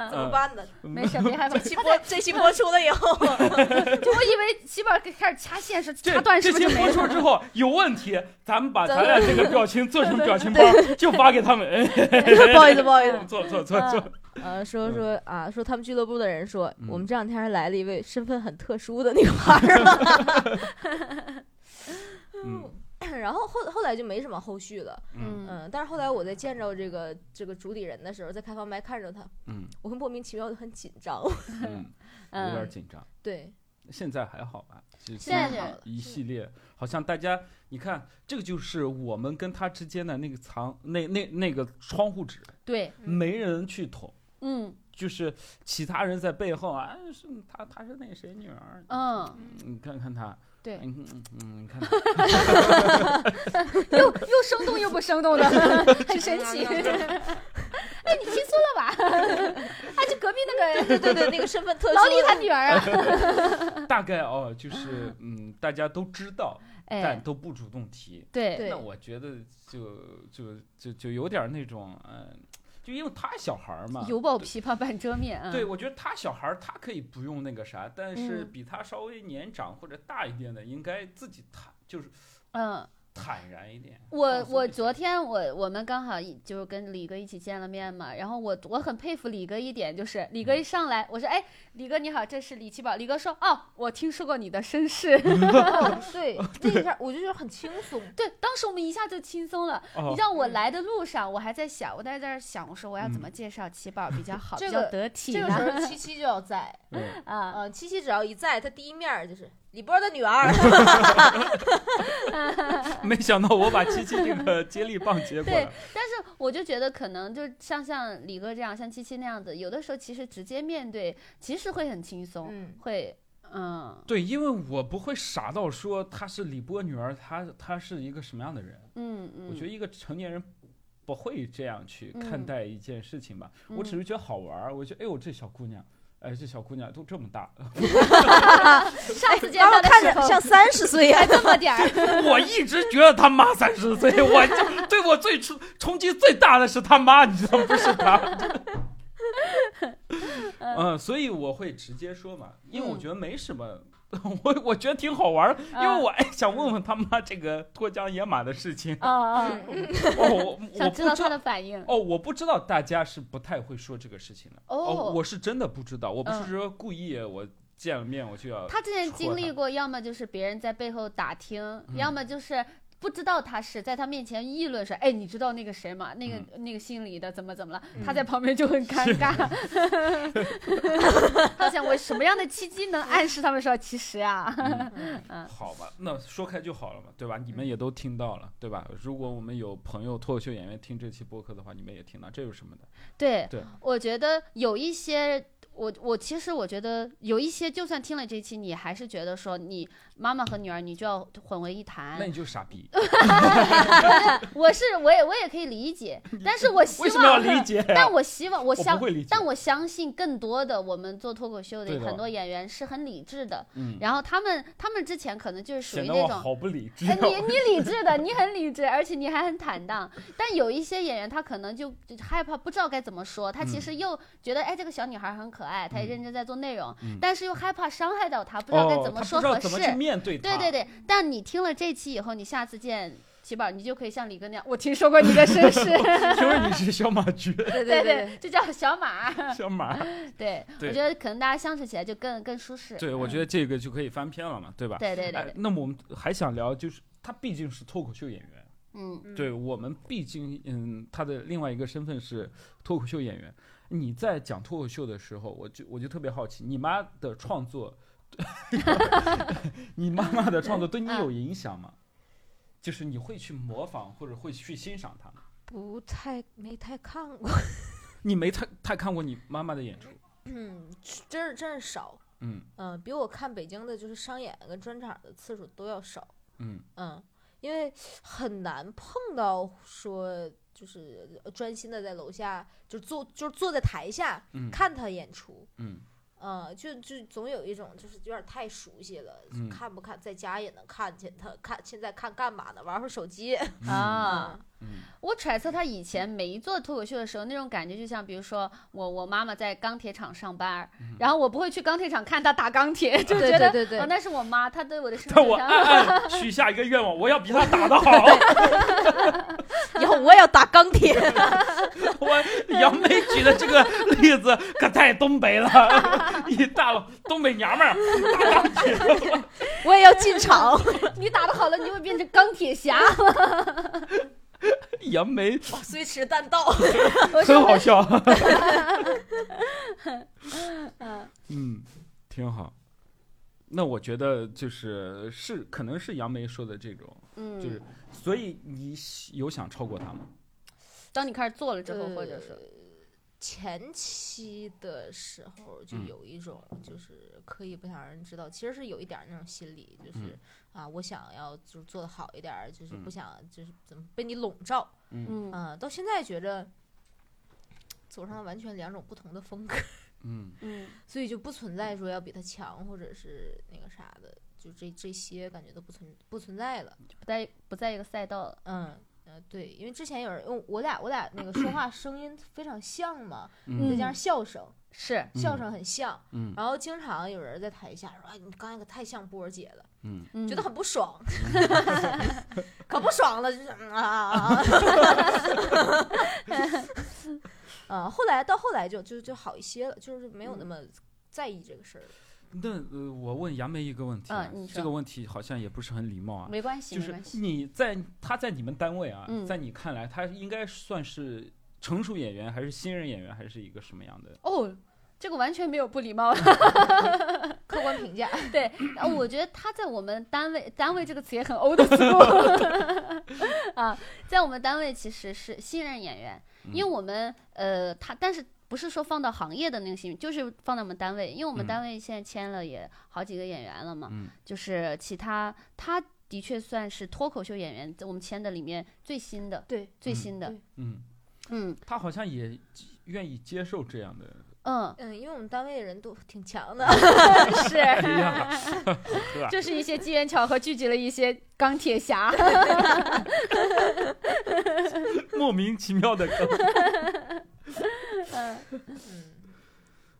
怎么办呢？没事别害这怕。期播这期播出了以后，就我以为起码开始掐线是掐这断，是这不是些就没播了？出之后有问题，咱们把咱咱俩这个表情做成表情包，就发给他们。 不好意思，不好意思。 做做做做，呃，说说啊，说他们俱乐部的人说，嗯我们这两天来了一位身份很特殊的女孩儿， 嗯 然后后后来就没什么后续了。嗯嗯，但是后来我在见着这个这个主理人的时候，在开放麦看着他，嗯我会莫名其妙的很紧张。嗯，有点嗯，紧张。对，现在还好吧？其实现在经好了一系列好像大家，你看，这个就是我们跟他之间的那个藏那那那个窗户纸，对，嗯没人去捅。嗯就是其他人在背后啊，是他他是那谁女儿，嗯，你看看他，对嗯嗯嗯，你看 他，又又生动又不 生动的，很神奇。哎，你听说 了吧？啊，就隔壁那 个对对对，那个身份特殊老李的他女儿 啊，大概哦，就是嗯，大家都知道，但哎，都不主动提。对对那我觉得就就就就有点那种，嗯，就因为他小孩儿嘛，犹抱琵琶半遮面啊，对，我觉得他小孩儿他可以不用那个啥，但是嗯比他稍微年长或者大一点的，应该自己坦就是嗯。坦然一点。我放松我一下昨天我我们刚好一就是跟李哥一起见了面嘛，然后我我很佩服李哥一点，就是李嗯哥一上来，我说哎，李哥你好，这是李奇宝，李哥说哦，我听说过你的身世，嗯 对，那一下我就觉得很轻松。 对，当时我们一下就轻松了。你哦知，道我来的路上，我还在想，我在这儿想，我说我要怎么嗯介绍奇宝比较好，这比个较得体这呢个？时候 七七就要在，对啊，嗯，七七只要一在，他第一面儿就是李波的女儿。没想到我把七七这个接力棒接过对来，，但是我就觉得可能就像像李哥这样，像七七那样子，有的时候其实直接面对，其实会很轻松，嗯，会嗯对，因为我不会傻到说她是李波女儿，她她是一个什么样的人。嗯嗯，我觉得一个成年人不会这样去看嗯待一件事情吧。我只嗯是觉得好玩儿，我觉得哎呦这小姑娘，哎这小姑娘都这么 大，上次见刚他哎刚的看时着候像三十岁呀 还。这么点儿，我一直觉得他妈三十岁，我就对我最 冲冲击最大的是他妈，你知道吗不是他。嗯嗯，所以我会直接说嘛，因为我嗯。觉得没什么， 我我觉得挺好玩儿， 因为我哎想问问他妈这个脱缰野马的事情 啊啊，哦，我我想不知知道他的反应。哦，我不知道大家是不太会说这个事情的。哦，我是真的不知道，我不是嗯说故意，我见了面我就要。他之前戳经历他嗯过，要么就是别人在背后打听，要么就是不知道他是在他面前议论说，哎，你知道那个谁吗？那个、嗯那个姓李的怎么怎么了？他在旁边就很尴尬， 他想我什么样的契机能暗示他们说，其实啊，嗯嗯嗯好吧，那说开就好了嘛，对吧？你们也都听到了，对吧？如果我们有朋友脱口秀演员听这期播客的话，你们也听到，这有什么的？对，对我觉得有一些。我我其实我觉得有一些，就算听了这期，你还是觉得说你妈妈和女儿你就要混为一谈那。你就傻逼，我是我也我也可以 理解，但是我希望为什么要理解呀、 但我希望，我我相不，会理解。但我相信更多的我们做脱口秀对的的很多演员是很理智的，嗯，然后他们他们之前可能就是属显于得那我种。好不理智、哎，你哦。你理智的，你很理智，而且你还很坦荡。但有一些演员，他可能就就害怕，不知道该怎么说。他其实又觉得，哎，这个小女孩很可爱，她也嗯认真在做内容，嗯但是又害怕伤害到她，不知道该哦怎么他说不知道合怎适。么去面对对他。对对，但你听了这期以后，你下次见齐宝，你就可以像李哥那样，我听说过你的身世，对，听说你是小马驹，对 对对，，就叫小 马。小马。 对，对我觉得可能大家相处起来就更更舒适。对，我觉得这个就可以翻篇了嘛，对吧？对对对哎对，那么我们还想聊，就是他毕竟是脱口秀演员， 嗯，对我们毕竟，嗯，他的另外一个身份是脱口秀演员。你在讲脱口秀的时候，我就我就特别好奇，你妈的创作， 你妈妈的创作对你有影响吗？就是你会去模仿或者会去欣赏他吗？不太没太看过，你没太太看过你妈妈的演出，嗯，真是真是少，嗯嗯，比我看北京的就是商演跟专场的次数都要少，嗯嗯，因为很难碰到说就是专心的在楼下，就坐就是坐在台下嗯看他演出，嗯嗯，就就总有一种就是有点太熟悉了，嗯看不看在家也能看见他看现在看干嘛呢？玩会儿手机嗯啊，嗯我揣测他以前没做脱口秀的时候，那种感觉就像，比如说我我妈妈在钢铁厂上班，嗯然后我不会去钢铁厂看她打钢铁， 就对觉得对对对哦，那是我妈，她对我的身但 份我影暗响。暗许下一个愿望，我要比他打得好。以后我也要打钢铁， 我杨梅举的这个例子 可太东北了， 一大东北娘们儿。我也要进 场。嗯你打的好了，你会变成钢铁侠。杨梅虽迟但到。我很说好笑，嗯 嗯，挺好。那我觉得就是是可能是杨梅说的这种，就是嗯，所以你喜有想超过他吗？当你开始做了之后，或者呃是前期的时候，就嗯有一种就是刻意不想让人知道，其实是有一点儿那种心理，就是、嗯啊，我想要就是做的好一点儿，就是嗯不想就是怎么被你笼罩。嗯嗯、到现在觉着走上了完全两种不同的风格，嗯嗯所以就不存在说要比他强或者是那个啥的，就这这些感觉都不存不存在了。不在不在一个赛道了。嗯。呃，对，因为之前有人，因为我俩我俩那个说话声音非常像嘛，再嗯加上笑声，是，笑嗯声很像，嗯然后经常有人在台下说：“哎，你刚才可太像波儿姐了，嗯，嗯觉得很不爽， 可不爽了，就是嗯啊啊 啊！”啊，后来到后来就就就好一些了，就是没有那么在意这个事儿了。那呃，我问杨梅一个问题啊嗯你，说这个问题好像也不是很礼貌啊，没关系，就没是关系。你在他在你们单位啊，嗯在你看来，他应该算是成熟演员，还是新人演员，还是一个什么样的？哦，这个完全没有不礼貌。客观评价，对，啊我觉得他在我们单位，单位这个词也很 old school 啊，在我们单位其实是新人演员，嗯因为我们呃，他但是不是说放到行业的那个新人，就是放到我们单位，因为我们嗯单位现在签了也好几个演员了嘛，嗯就是其他他的确算是脱口秀演员，在我们签的里面最新的，对，最嗯新的对，嗯，嗯他好像也愿意接受这样的。 嗯，嗯，因为我们单位人都挺强的，哎是， 呀，就是一些机缘巧合聚集了一些钢 铁侠。莫名其妙的梗。嗯，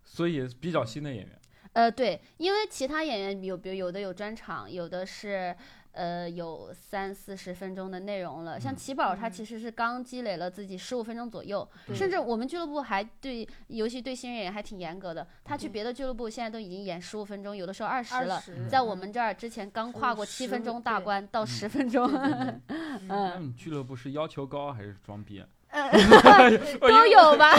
所以比较新的演员。呃，对，因为其他演员有，比如有的有专场，有的是呃有三四十分钟的内容了。像嗯齐宝他嗯其实是刚积累了自己十五分钟左右，对甚至我们俱乐部还对，尤其对新人演员还挺严格的。他去对别的俱乐部现在都已经演十五分钟，有的时候二十二了。十嗯在我们这儿之前刚是跨过七分15钟大对关到嗯十分钟，嗯那嗯，你俱乐部是要求高还是装 逼？啊哎都有吧，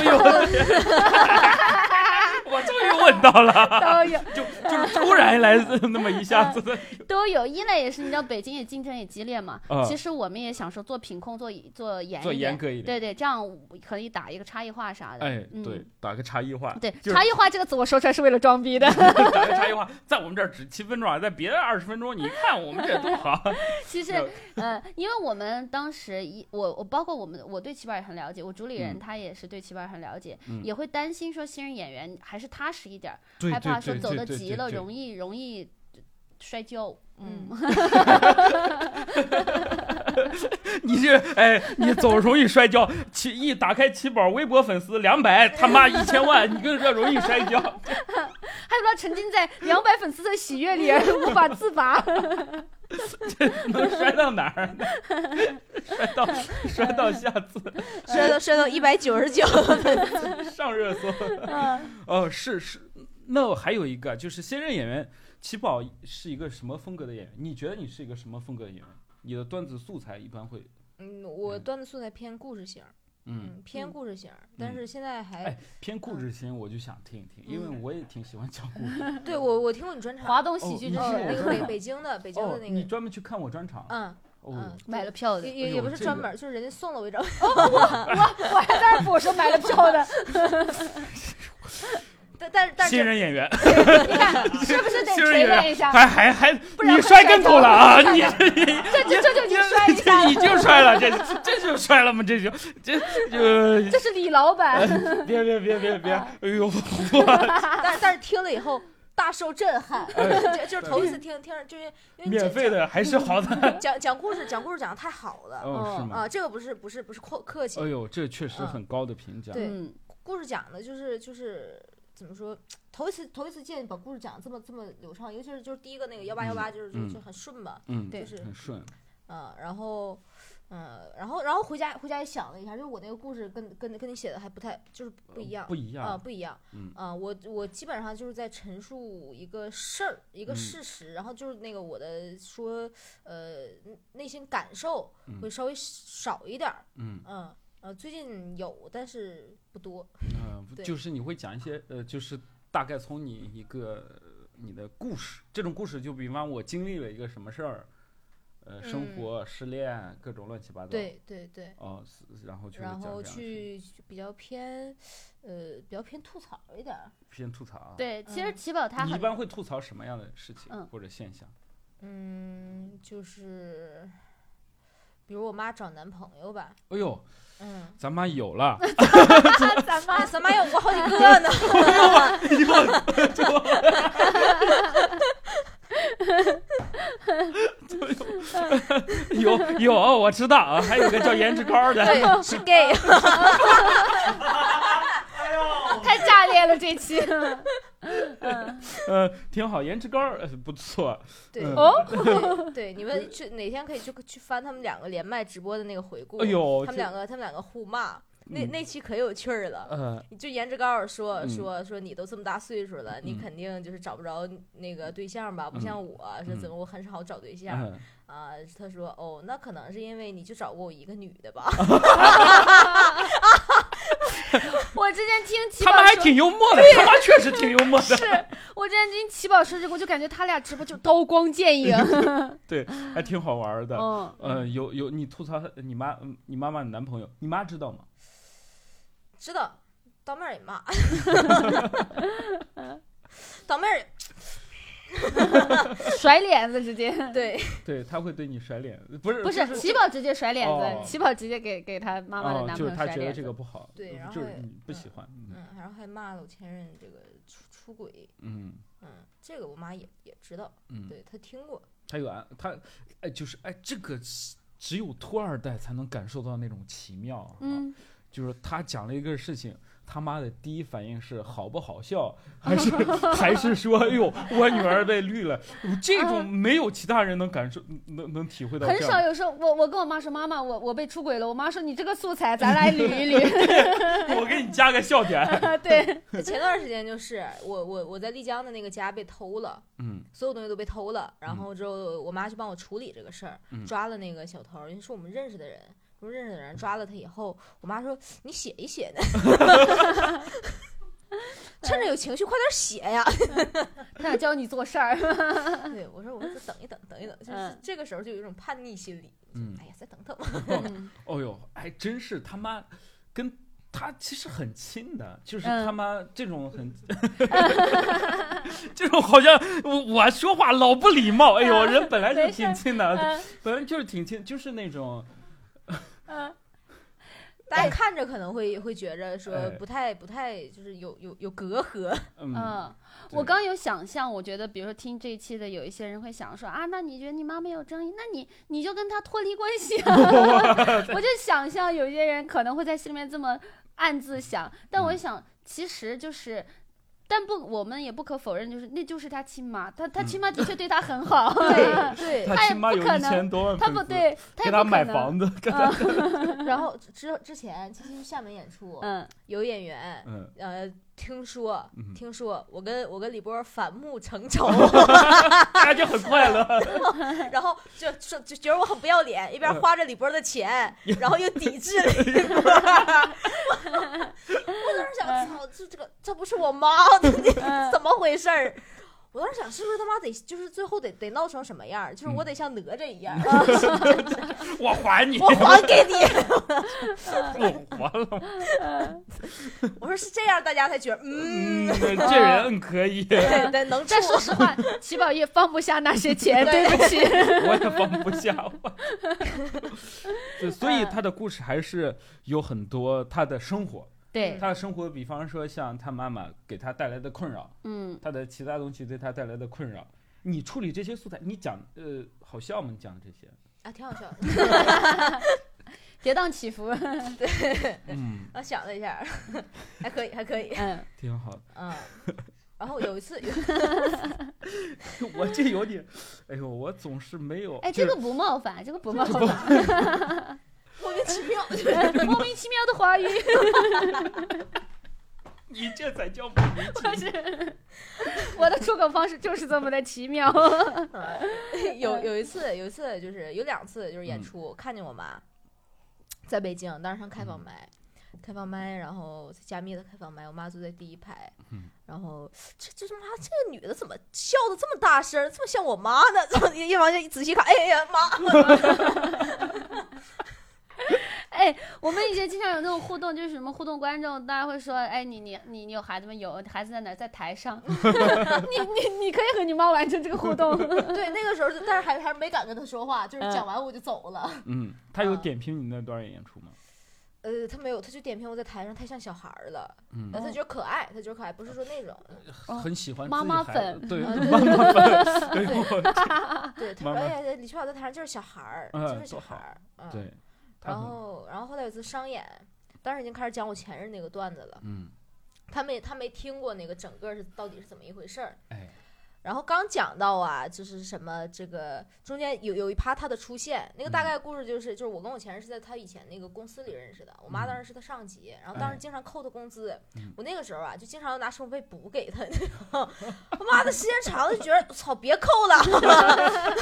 我终于问到了， 都有就就是突然来那么一下子的，都有。一类也是，你知道北京也竞争也激烈嘛嗯，其实我们也想说做品控，做做严做一严点，格一点。对对，这样可以打一个差异化啥的。哎，嗯对，打个差异化，对，就是嗯差异化这个词我说出来是为了装逼的。打个差异化，在我们这儿只七分钟啊，在别的二十分钟，你看我们这多好。 其实，呃，因为我们当时一我我包括我们我对齐宝也很了解，我主理人嗯他也是对齐宝很了解，嗯也会担心说新人演员还是踏实一点儿，对 害怕说走的急了易。容易容易摔跤。嗯， 你这哎，你走容易摔跤，起一打开七宝微博粉丝两百，他妈一千万，你跟这容易摔跤。 害怕沉浸在两百粉丝的喜悦 里而无法自拔。能摔到哪儿？ 摔到摔到下次摔到摔到一百九十九，上热搜。嗯，哦，是是，那我还有一个就是新任演员齐宝是一个什么风格的演员？你觉得你是一个什么风格的演员？你的段子素材一般会嗯，我段子素材偏故事型儿，嗯嗯，偏嗯故事型儿，但是现在还哎偏故事型，我就想听一听，因为嗯我也挺喜欢讲故事。 对我我听过你专场，华东喜剧你之哦哦，是我那神个专 北场北京的北京哦的，那你个，专门去看我专场？嗯哦嗯，，买了票的也，哎也呦也不是这专个门儿，就是人家送了我一张，我还在那补说买了票的，但但是但是新人演员， 你看是不是得 新人锤演炼员一下？还还还，然你会摔跟头了啊！ 你这这这就已经摔一下这了已。经摔了，这这就摔了吗？这就这 就这是李老哎板，别别别别别！啊哎呦， 但是但是听了以后大受震撼， 就就是头一次听听着，就是因为哎免费的还是好嗯的。讲讲讲故事讲故事讲的太好了哦，是吗？啊，这个不是不是不是客客 气哎，呦，这确实很高的评价。对嗯，故事讲的就是就是怎么说，头一次头一次见把故事讲得这么这么流畅，尤其是就是第一个那个幺八幺八，就是就嗯就很顺嘛，嗯，就对啊是很顺。嗯，然后。嗯，然后，然后回家回家也想了一下，就是我那个故事跟跟跟你写的还不太，就是不一样不，一啊、样。不一样。嗯啊、我我基本上就是在陈述一个事儿，一个嗯事实，然后就是那个我的说，呃，内心感受嗯会稍微少一点儿，嗯嗯，呃，最近有，但是不多，嗯，对就是你会讲一些呃，就是大概从你一个你的故事，这种故事就比方我经历了一个什么事儿，呃，生嗯活、失恋各种乱七八糟。。对对对，哦，是然后去然后讲这样的事去比较偏，呃，比较偏吐槽一点儿，偏吐槽啊。对，其实嗯齐宝他你一很般会吐槽什么样的事情嗯或者现象？嗯，就是，比如我妈找男朋友吧，哎呦， 嗯，咱妈有 了，咱妈咱妈有我好几个呢，有有，我知道啊，还有个叫颜值高的。 对，是 gay，太炸裂了这 期。呃，挺好，颜值高儿呃不错。对嗯哦对对，你们去哪天可以去去翻他们两个连麦直播的那个回顾？哎呦他们这两个他们两个互骂，那嗯那期可有趣儿了。呃，就颜值高尔说嗯说说你都这么大岁数了，你嗯肯定就是找不着那个对象吧？不嗯像我是嗯怎么我很少找对象嗯啊？他说哦，那可能是因为你就找过我一个女的吧？ 我之前听齐他宝们还说，挺幽默的，他妈确实挺幽默的，是我之前听齐宝说这个，我就感觉他俩直播就刀光剑影。还挺好玩儿的。嗯，呃，有有，你吐槽你妈，嗯你妈妈的男朋友，你妈知道吗？知道，当面儿也骂， 当面儿也甩脸子直接，对，对，她会对你甩脸，不是不是就齐宝直接甩脸哦子，齐宝直接给给他妈妈的哦男就是朋友她甩觉得脸这个子。不好，对呃然后就是也你不嗯喜欢，嗯嗯，然后还骂了我前任这个出出轨，嗯，嗯，这个我妈也也知道，嗯对她听过，她有安，她哎，就是哎，这个只有托二代才能感受到那种奇妙，，嗯，就是他讲了一个事情，他妈的第一反应是好不好 笑，还是还是说，哎呦，我女儿被绿了，这种没有其他人能感受能能体会到嗯很哦这少样。有时候，我我跟我妈说，妈妈，我我被出轨了。我妈说你这个素材，咱来捋一 捋。 我给你加个笑点，对，前段时间就是我我我在丽江的那个家被偷了，嗯所有东西都被偷了，然后之后我妈去帮我处理这个事儿，嗯抓了那个小偷，因为是我们认识的人，说认识的人抓了他以后，我妈说你写一写呢， 趁着有情绪快点写 呀。她想教你做事儿。对我说我说等一等，等一等，就是嗯这个时候就有一种叛逆心理， 嗯，哎呀再等等吧， 嗯哦 呦，还真是他妈跟他其实很亲的，就是嗯他妈这种很， 这种好像我我说话老不礼貌，哎 呦，人本来就没事挺亲的，嗯本来就是挺亲，就是那种嗯大家看着可能会会觉着哎说不太不太就是有有有隔阂，嗯，嗯，对我刚有想象，我觉得比如说听这一期的有一些人会想说啊，那你觉得你妈没有争议，那你你就跟她脱离关系、 啊。 我就想象有些人可能会在心里面这么暗自想，但嗯我想其实就是。但不，我们也不可否认，就是那就是他亲妈，他他嗯亲妈的确对他很好， 对 对，他他也亲妈哎不有可一能千多万他粉不丝，对，给他也他不可买能，房子，给他然后之之前其实厦门演出嗯，有演员，嗯呃，听说嗯，听说我跟我跟李波反目成 仇，大家就很快乐， 然后就说就觉得我很不要脸，一边花着李波的钱，然嗯后又抵制李 波。我当时想，操，这这个这不是我妈，嗯怎么回事儿？我当时想，是不是他妈得就是最后得得闹成什么样儿？就是我得像哪吒一样， 我还你，我还给你。 我还了，嗯我说是这样，大家才觉得嗯，嗯，这人可 以，对对，能处但说实话，齐宝也放不下那些钱，对不起。 我也放不下。我对，所以他的故事还是有很多他的生活，对，他的生活，比方说像他妈妈给他带来的困扰，嗯，他的其他东西对他带来的困扰。你处理这些素材，你讲呃好笑吗？你讲的这些，啊，挺好笑的。跌宕起伏，嗯，我想了一下， 还可以，还可以。嗯，挺好的。嗯，然后有一 次，有 我这有点，哎呦，我总是没有，哎，就这是个不冒犯，这个不冒犯， 莫名其 妙，莫名其妙的华语，你这才叫不理就解。是 我的出口方式就是这么的奇妙。 有有一次，有一次就是有两次就是嗯演出，看见我妈在北京，当时上嗯开放麦，开放麦，然后在加密的开放麦，我妈坐在第一排嗯，然后这这他妈这个女的怎么笑的这么大声，这么像我妈呢？ 怎么一往一仔细看，哎呀呀妈！哎，我们以前经常有那种互动，就是什么互动观众，大家会说，哎，你你你你有孩子吗？有，孩子在哪儿？在台上。 你你你可以和你妈完成这个互 动。对，那个时候就，但是还还没敢跟她说话，就是讲完我就走了。嗯，他有啊点评你那段演出吗？呃，她没有，她就点评我在台上太像小孩儿了，嗯呃，她觉得可爱，她觉得可爱，不是说那种。哦很喜欢妈自己妈孩子粉 对啊妈妈粉，哎呦，对，他慢慢说：“哎呀，李秋晓在台上就是小孩儿，嗯就是小多好孩儿。”嗯，对，他然很后，然后后来有一次商演，当时已经开始讲我前任那个段子了。嗯，他没他没听过那个整个是到底是怎么一回事儿。哎，然后刚讲到啊，就是什么这个中间有有一趴他的出现，那个大嗯概故事就是、就是我跟我前任是在他以前那个公司里认识的，我妈当时是他上级，然后当嗯哎时经常扣他工资，嗯我那个时候啊就经常要拿生活费补给他，你知道吗 我妈的时间长了就觉得操别扣了。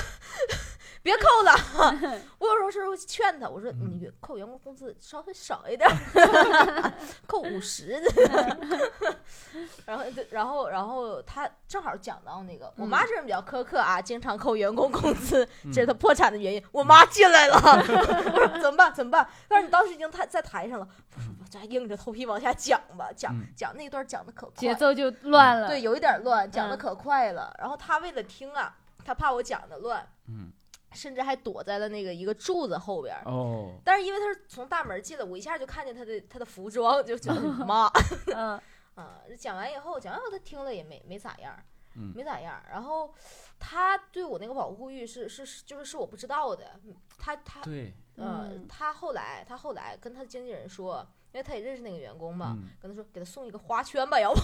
别扣了！我有时候是会劝他，我说嗯你扣员工工资稍微少一点儿，扣五十然后，对然后，然后他正好讲到那个，我嗯妈这人比较苛刻啊，经常扣员工工资，这是她破产的原因。我妈进 来了，我说怎么办？怎么办？但是你当时已经太在台上了，我说我再硬着头皮往下讲吧，讲嗯讲那段讲的可节快，奏就乱了。对，，有一点乱，讲的嗯可快了。然后他为了听啊，他怕我讲的乱，嗯，甚至还躲在了那个一个柱子后边儿。哦，但是因为他是从大门进来，我一下就看见他的他的服装，就觉得妈，嗯，啊，讲完以后，讲完以后他听了也没没咋样儿，嗯没咋样儿。然后他对我那个保护欲是是是就是是我不知道的，他他对，嗯嗯，他后来他后来跟他经纪人说，因为他也认识那个员工嘛，嗯跟他说给他送一个花圈吧，要不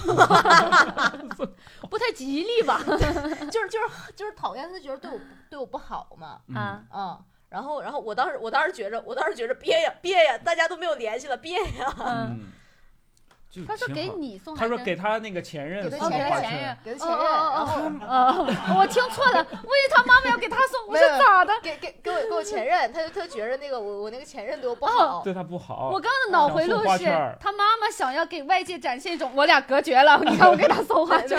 不太吉 利吧？就是就是就是讨厌，他觉得对我不对我不好嘛，嗯啊，嗯。然后，然后我当时，我当时觉着，我当时觉着憋呀憋呀，大家都没有联系了，憋呀，嗯，嗯，就他说挺给好。你送，他说给他那个前任给送他哦，给前他花任前任圈，，给他前哦任，然哦后哦 哦，我听错了，我以为他妈妈要给他 送，我没有说咋的？给给给我给我前任，他就他就觉着那个我我那个前任对我不好，对他不好。 我刚刚的脑回路哦想送花是圈儿，他妈妈想要给外界展现一种我俩隔绝了，你看我给他送花圈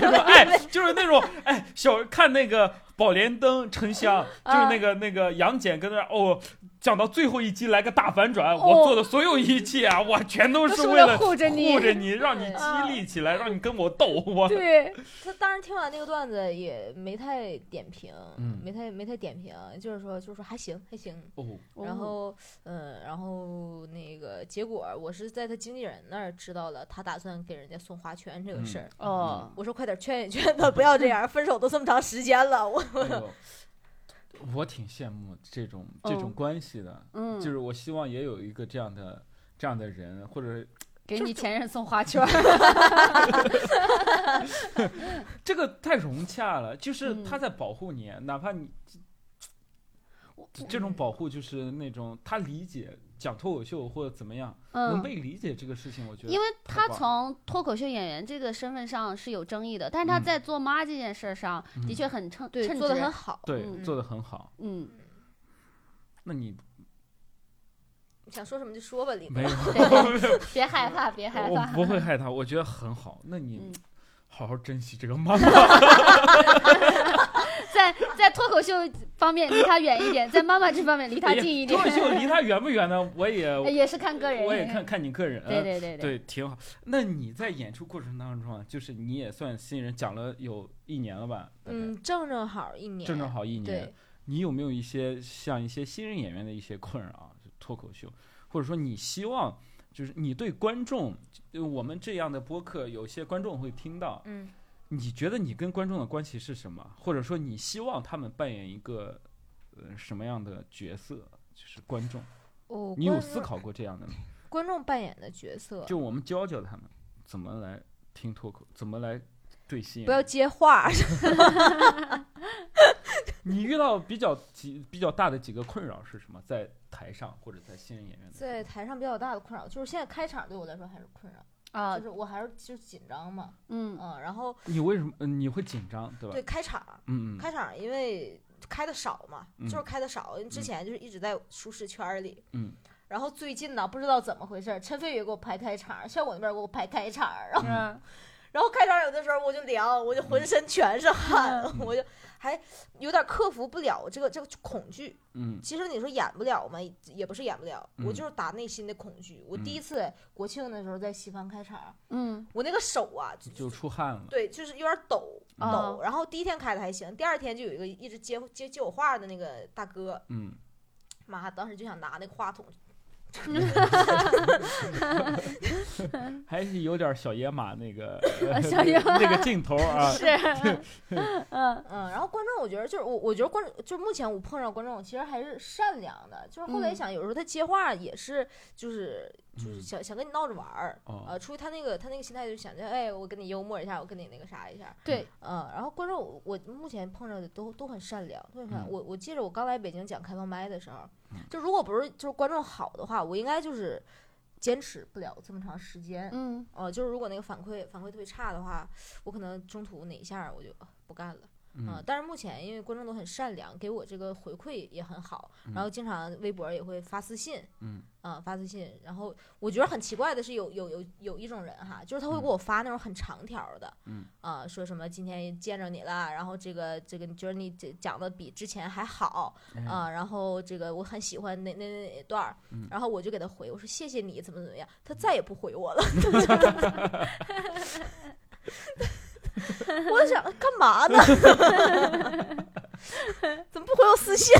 这种哎，就是那种哎，小看那个《宝莲灯》沉香，啊就是那个那个杨戬跟那儿哦，讲到最后一集来个大反转，我哦做的所有一切啊，我全都都是是为了护着你啊护。着你，让你激励起来，让你跟我斗我。对， 他当时听完那个段子也没太点评，嗯没太没太点评，就是说就是说还行还行。哦，然后，嗯，然后那个结果，我是在他经纪人那儿知道了，他打算给人家送花圈这个事儿。哦，我说快点劝一劝他，不要这样，分手都这么长时间了，我哎呦，我挺羡慕这种这种哦关系的，嗯，就是我希望也有一个这样的这样的人，或者给你前任送花圈 儿，这个太融洽了，就是嗯他在保护你，哪怕你我这种保护就是那种他理解讲脱口秀或者怎么样，能嗯，被理解这个事情，我觉得因为太他棒从脱口秀演员这个身份上是有争议的，但是他嗯在做妈这件事儿上嗯的确很称对称做的职很好。对、嗯做的很好。 嗯，那你想说什么就说吧，李没哥。有， 别害怕，别害我怕，不会害他，我觉得很好。那你嗯好好珍惜这个妈妈，在在脱口秀方面离他远一点，在妈妈这方面 离他近一点脱，口秀离他远不远呢？我也 也是看个人，我也看，看你个人，呃对对对，对，挺好。那你在演出过程当中啊，就是你也算新人，讲了有一年了吧？大概，嗯，正正好一年，正正好一年对。，你有没有一些像一些新人演员的一些困扰啊？就脱口秀，或者说你希望就是你对观众，呃我们这样的播客，有些观众会听到，嗯，你觉得你跟观众的关系是什么？或者说你希望他们扮演一个呃什么样的角色？就是观众，哦，你有观思众考过这样的吗？观众扮演的角色，就我们教教他们怎么来听脱口，怎么来对戏。不要接 话， 你遇到比较几比较大的几个困扰是什么？在台上或者在新人演员的时候在台上比较大的困扰就是现在开场对我来说还是困扰，啊呃就，是我还是就是紧张嘛，嗯，嗯，然后你为什么嗯你会紧张对吧？对开场，嗯嗯开场因为开的少嘛，嗯就是开的少，之前就是一直在舒适圈儿里，嗯，然后最近呢不知道怎么回事儿，陈飞宇给我排开场，效果那边给我排开场，然后嗯然后开场有的时候我就凉，我就浑嗯身全是汗， 我就还有点克服不了这个这个恐惧，嗯其实你说演不了嘛，也不是演不了，嗯我就是打内心的恐惧。我第一次国庆的时候在西方开场，嗯，我那个手啊，就就出汗了。对，就是有点抖嗯抖。然后第一天开的还行，第二天就有一个一直接接接我话的那个大哥，嗯，妈，当时就想拿那个话筒，还是有点小野马那个 小野 马那个镜头啊。 是， 嗯嗯。然后观众，我觉得就是我，我觉得观众就是目前我碰上观众，其实还是善良的。就是后来一想，有时候他接话也是，就是就是嗯想想跟你闹着玩儿。哦，呃，出于他那个他那个心态，就想着，哎，我跟你幽默一下，我跟你那个啥一下，对，嗯，然后观众我我目前碰着的都都很善良，都很善良。嗯我我记着我刚来北京讲开放麦的时候嗯，就如果不是就是观众好的话，我应该就是坚持不了这么长时间。嗯哦、就是如果那个反馈反馈特别差的话，我可能中途哪一下我就啊不干了嗯啊、但是目前因为观众都很善良，给我这个回馈也很好，然后经常微博也会发私信，嗯啊、发私信。然后我觉得很奇怪的是有，有有有一种人哈，就是他会给我发那种很长条儿的，嗯，啊、说什么今天见着你了，然后这个这个，你觉得你这讲的比之前还好哎啊、然后这个我很喜欢那那那那段儿嗯，然后我就给他回，我说谢谢你，怎么怎么样，他再也不回我了。我就想干嘛 呢？怎么不回我私信？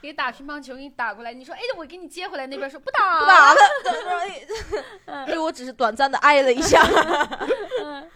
给打乒乓球，给你打过来，你说，哎，我给你接回来，那边说不打不打了，啊 对我只是短暂的爱了一下。嗯，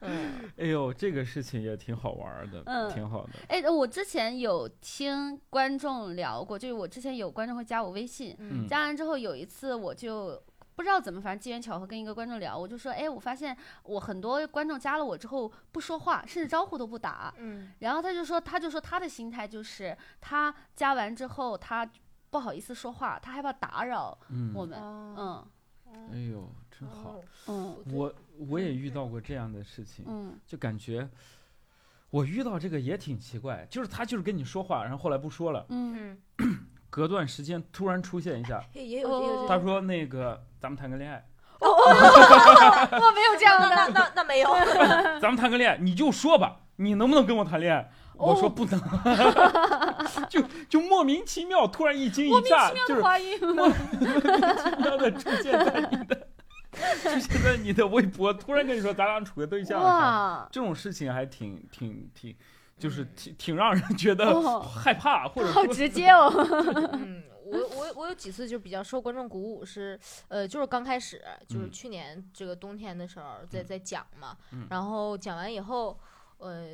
哎，哎呦，这个事情也挺好玩儿的，嗯挺好的。哎，我之前有听观众聊过，就是我之前有观众会加我微信，嗯加完之后有一次我就。不知道怎么，反正机缘巧合跟一个观众聊，我就说，哎，我发现我很多观众加了我之后不说话，甚至招呼都不打。嗯然后他就说，他就说他的心态就是，他加完之后他不好意思说话，他害怕打扰嗯，我们。哦嗯哎呦，真好。嗯我我也遇到过这样的事情，嗯就感觉我遇到这个也挺奇怪，就是他就是跟你说话，然后后来不说了，嗯嗯，隔段时间突然出现一下，也也有这个哦这他个，说那个咱们谈个恋 爱，我哦没有这样的，那那那没有，咱们谈个恋爱，你就说吧，你能不能跟我谈恋爱？我说哦不能， 就就莫名其妙，突然一惊一乍，就是嗯 花语。他的出现在你 的出现在你的微博，突然跟你说咱俩处个对象啥的，哇，嗯这种事情还挺挺挺，就是挺挺让人觉得 哦害怕，或者好说直接哦。嗯，我我我有几次就比较受观众鼓舞是，呃，就是刚开始，就是嗯去年这个冬天的时候在、嗯在讲嘛，嗯然后讲完以后，呃，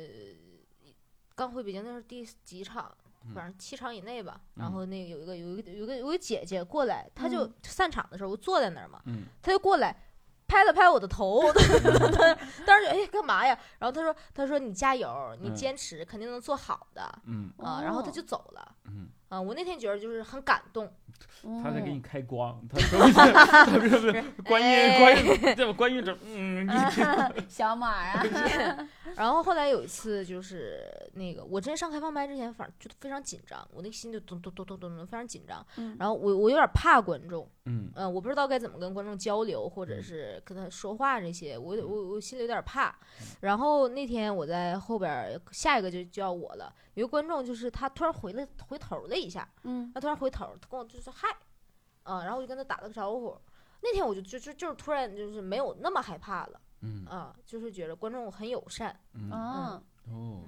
刚回北京那是第几场嗯，反正七场以内吧。嗯然后那个有一个有一个有一个有一个姐姐过来，她就嗯散场的时候，我坐在那儿嘛，嗯她就过来。拍了拍我的头， 当时哎干嘛呀？然后她说她说你加油，你嗯坚持，肯定能做好的嗯啊。然后她就走了。嗯，啊，我那天觉得就是很感动， 哦他在给你开光，他说不是 他说不是关于关哎于这关于这嗯一小马啊， 然后后来有一次就是那个我之前上开放麦之前，反正就非常紧张，我那个心就咚咚咚咚咚咚非常紧张，嗯然后我我有点怕观众，嗯嗯、我不知道该怎么跟观众交流或者嗯是跟他说话这些，我有我我心里有点怕。嗯然后那天我在后边儿下一个就叫我了，有一个观众就是他突然回了回头了一下，嗯他突然回头，他跟我就说嗨，啊，然后我就跟他打了个招呼。那天我就就就就是突然就是没有那么害怕了，嗯啊，就是觉得观众很友善，嗯哦，哦，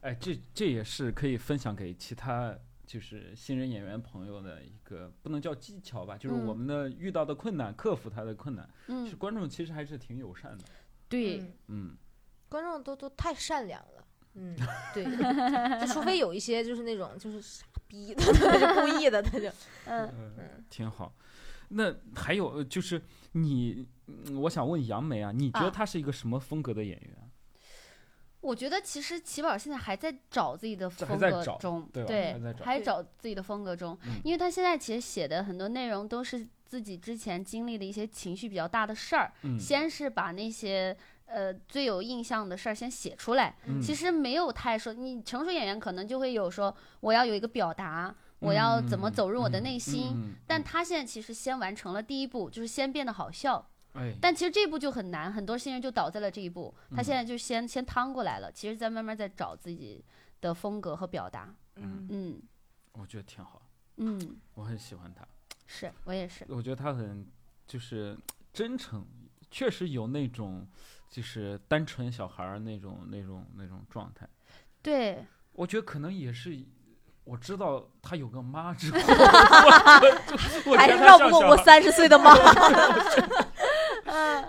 哎，这这也是可以分享给其他就是新人演员朋友的一个不能叫技巧吧，就是嗯我们的遇到的困难，克服他的困难，是嗯，观众其实还是挺友善的，对，嗯嗯观众都都太善良了， 嗯，对，就除非有一些就是那种就是傻 逼的，他就故意的，他就嗯嗯，挺好。那还有呃就是你，嗯我想问杨梅啊，你觉得啊他是一个什么风格的演员？我觉得其实起宝现在还在找自己的这风还在格找中，对吧对还在，找还找自己的风格中嗯，因为他现在其实写的很多内容都是自己之前经历的一些情绪比较大的事儿，嗯先是把那些呃最有印象的事儿先写出来，嗯其实没有太说，你成熟演员可能就会有说我要有一个表达，我要怎么走入我的内嗯心。嗯嗯嗯但他现在其实先完成了第一步，就是先变得好笑。哎，但其实这一步就很难，很多新人就倒在了这一步。他嗯现在就先先趟过来了，其实在慢慢在找自己的风格和表达。嗯嗯我觉得挺好，嗯，我很喜欢他，是我也是。我觉得他很就是真诚，确实有那种就是单纯小孩儿那种那种那种状态。对，我觉得可能也是，我知道他有个妈之后， 我我我还觉是得他绕不像过小我孩儿三十岁的 妈。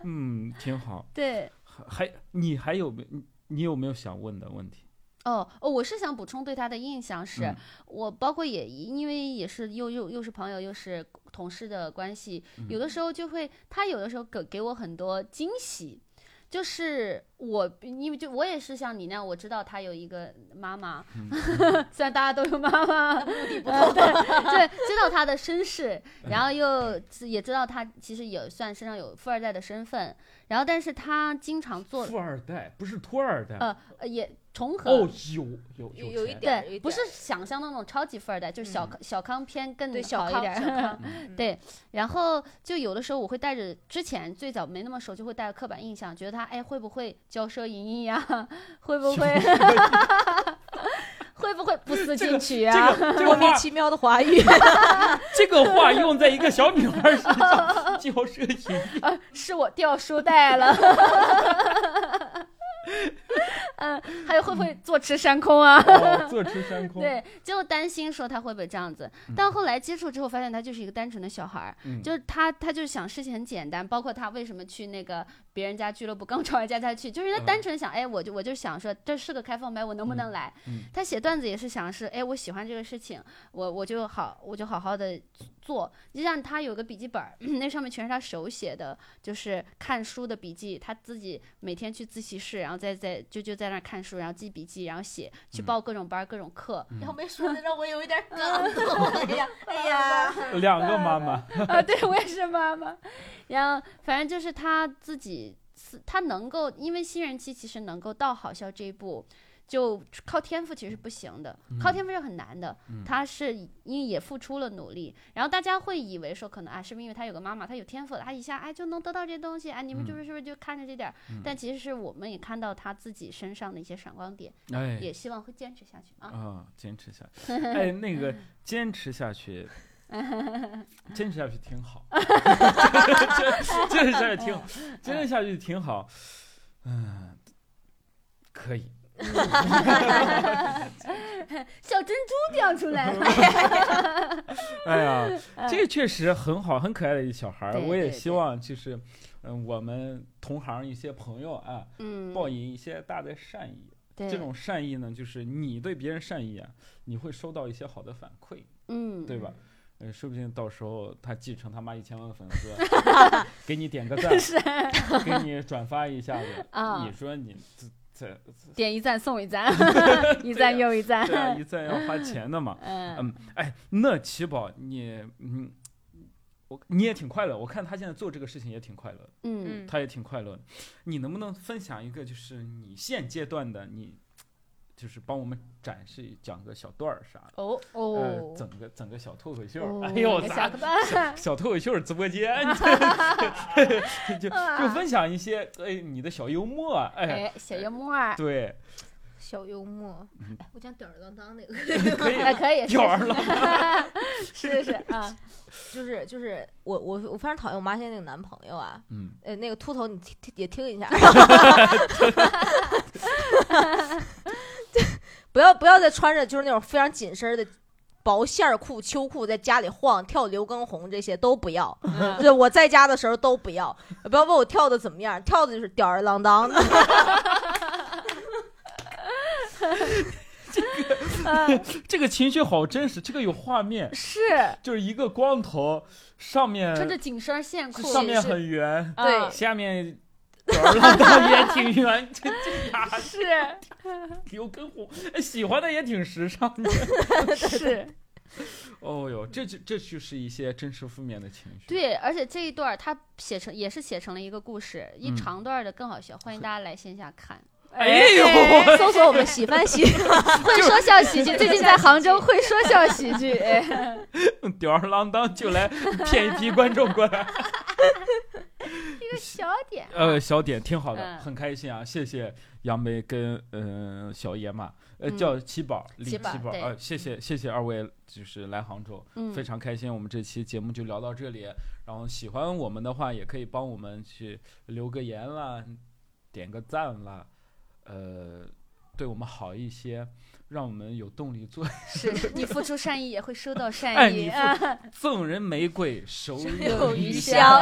嗯，挺好。对。还还你还有没你你有没有想问的问题？哦哦，我是想补充对他的印象是，嗯我包括也因为也是又又又是朋友又是同事的关系，嗯有的时候就会他有的时候给给我很多惊喜，就是我因为就我也是像你那样，我知道他有一个妈妈，嗯 虽然大家都有妈妈，呃对对，知道他的身世，然后又知也知道他其实也算身上有富二代的身份，然后但是他经常做富二代不是托二代呃呃也重合。哦，有有有有一钱点儿对，有不点是儿想象的那种超级富二代，就是小嗯康、小康偏更对小好一康点小儿。嗯对， 然后就有的时候我会带着之前最早没那么熟，就会带着刻板印象，觉得他哎会不会骄奢淫逸呀、 会不 会会不会不思进取啊？这个这莫个名话其妙的华语，这个话用在一个小女孩身上， 骄 奢淫是我掉书袋了。 嗯，还有会不会坐吃山空啊？哦坐吃山嗯空。对，就担心说他会不会这样子。但后来接触之后，发现他就是一个单纯的小孩儿，嗯，就是他，他就是想事情很简单。包括他为什么去那个别人家俱乐部，刚吵完架他去，就是他嗯单纯想，哎，我就我就想说这是个开放麦，我能不能来？嗯他写段子也是想是，哎，我喜欢这个事情，我我就好，我就好好的做。就像他有个笔记本儿， 那上面全是他手写的，就是看书的笔记，他自己每天去自习室，然后再在就就在那儿看书，然后记笔记，然后写，去嗯报各种班儿、各种课。 嗯然后没说的让我有 一点感动，哎呀，哎呀，两个妈妈， 啊，对我也是妈妈。然后反正就是他自己自，他能够，因为新人期其实能够到好校这一步，就靠天赋其实是不行的，靠嗯天赋是很难的。嗯他是因为也付出了努力，然后大家会以为说可能啊，是不是因为他有个妈妈，他有天赋了，他一下哎就能得到这东西，哎你们就嗯是是不是就看着这点儿？嗯但其实是我们也看到他自己身上的一些闪光点，哎也希望会坚持下去啊。啊，坚持下 去。哎，那个坚持下去，坚持下去挺 好， 坚持下去挺好，坚持下去挺好。嗯，可以。小珍珠掉出来 了，哎 呀，这个确实很好，很可爱的一小孩儿。嗯对我也对希对望就是，嗯，我们同行一些朋友啊，嗯，报以一些大的善意。对这，种善意呢，就是你对别人善意啊，你会收到一些好的反馈。嗯，对吧？呃，说不定到时候他继承他妈一千万粉 丝，给你点个赞，给你转发一下子，啊你说你这这点一赞送一赞，一赞又一赞。？这啊样一赞要花钱的嘛 嗯，嗯，哎，那奇宝你嗯，我你也挺快乐，我看他现在做这个事情也挺快乐，嗯，嗯，他也挺快乐的。你能不能分享一个就是你现阶段的你，就是帮我们展示讲个小段儿啥的？哦呃，哦，整个整个小脱口秀儿，哦哎呦，下咱个班，小脱口秀直播间， 嗯就就就分享一些哎你的小幽默，哎，哎，小幽默儿， 对，小幽默，嗯哎，我讲吊儿郎当那个，可以哎，可以，吊儿郎郎，是是啊，就是就是我我我非常讨厌我妈现在那个男朋友啊， 嗯，呃，那个秃头你听听也听一下， 不要不要再穿着就是那种非常紧身的薄线儿裤、秋裤在家里晃跳刘畊宏这些都不要， 嗯呃对我在家的时候都不要，不要问我跳的怎么样，跳的就是吊儿郎当 的。嗯 这个情绪好真实，这个有画面，是就是一个光头，上面穿着紧身线裤，上面很圆，啊下 面吊儿郎当也挺圆，这这呀，是刘畊宏哎喜欢的也挺时尚的，是，哦哟，这就这就是一些真实负面的情绪，， 对，而且这一段儿他写成也是写成了一个故事，一嗯长段儿的更好笑，欢迎大家来线下 看。哎呦，搜索我们喜欢喜，会说笑喜剧最近在杭州会说笑喜剧，哎，嗯吊儿郎当就来骗一批观众过来。一个 小点，呃，小点挺好的，嗯很开心啊！谢谢杨梅跟嗯、呃小野马，呃嗯叫七宝李七七宝宝，对呃谢谢谢谢二位，就是来杭州，嗯非常开心。我们这期节目就聊到这里，然后喜欢我们的话，也可以帮我们去留个言啦，点个赞啦，呃，对我们好一些，让我们有动力做。是你付出善意也会收到 哎，善意你啊，赠赠人玫 瑰，手有有余余香，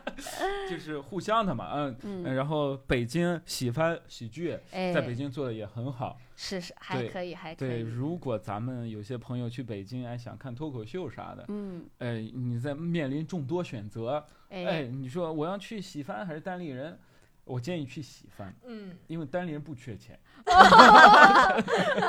就是互相的嘛，嗯。嗯嗯，，然后北京喜欢喜剧，哎在北京做的也很好。是是还对可以，还可对，以，如果咱们有些朋友去北京，哎，想看脱口秀啥的，嗯，哎，你在面临众多选择，哎，哎，你说我要去喜番还是单立人？我建议去喜番，嗯，因为单立人不缺 钱，单立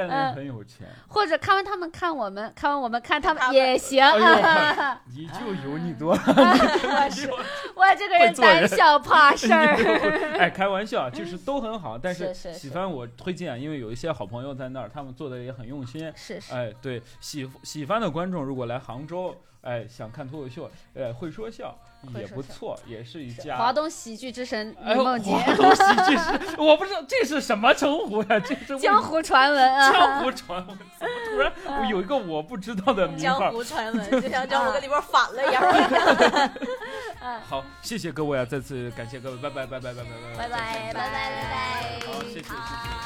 人很有 钱。或者看完他们看我们，看完我们看他看他们们也行 哎啊，你就油腻多了，我 是我这个人胆小怕事儿， 哎，开玩笑，就是都很好，但是是是喜番我推荐，因为有一些好朋友在那儿，他们做的也很用心，是是，哎，对，喜喜欢的观众如果来杭州，哎，想看脱口秀，呃，会说笑会也说不笑错，也是一家。华东喜剧之神哎李呦，梦洁，华东喜剧是，我不知道这是什么称呼呀、这是为江湖传闻江啊，湖传闻，怎么突然我有一个我不知道的名江号？ 湖传闻，就像江湖跟里边反了一样。嗯，好，谢谢各位啊，再次感谢各位，拜拜拜拜拜拜拜拜拜拜拜拜好，谢谢谢谢。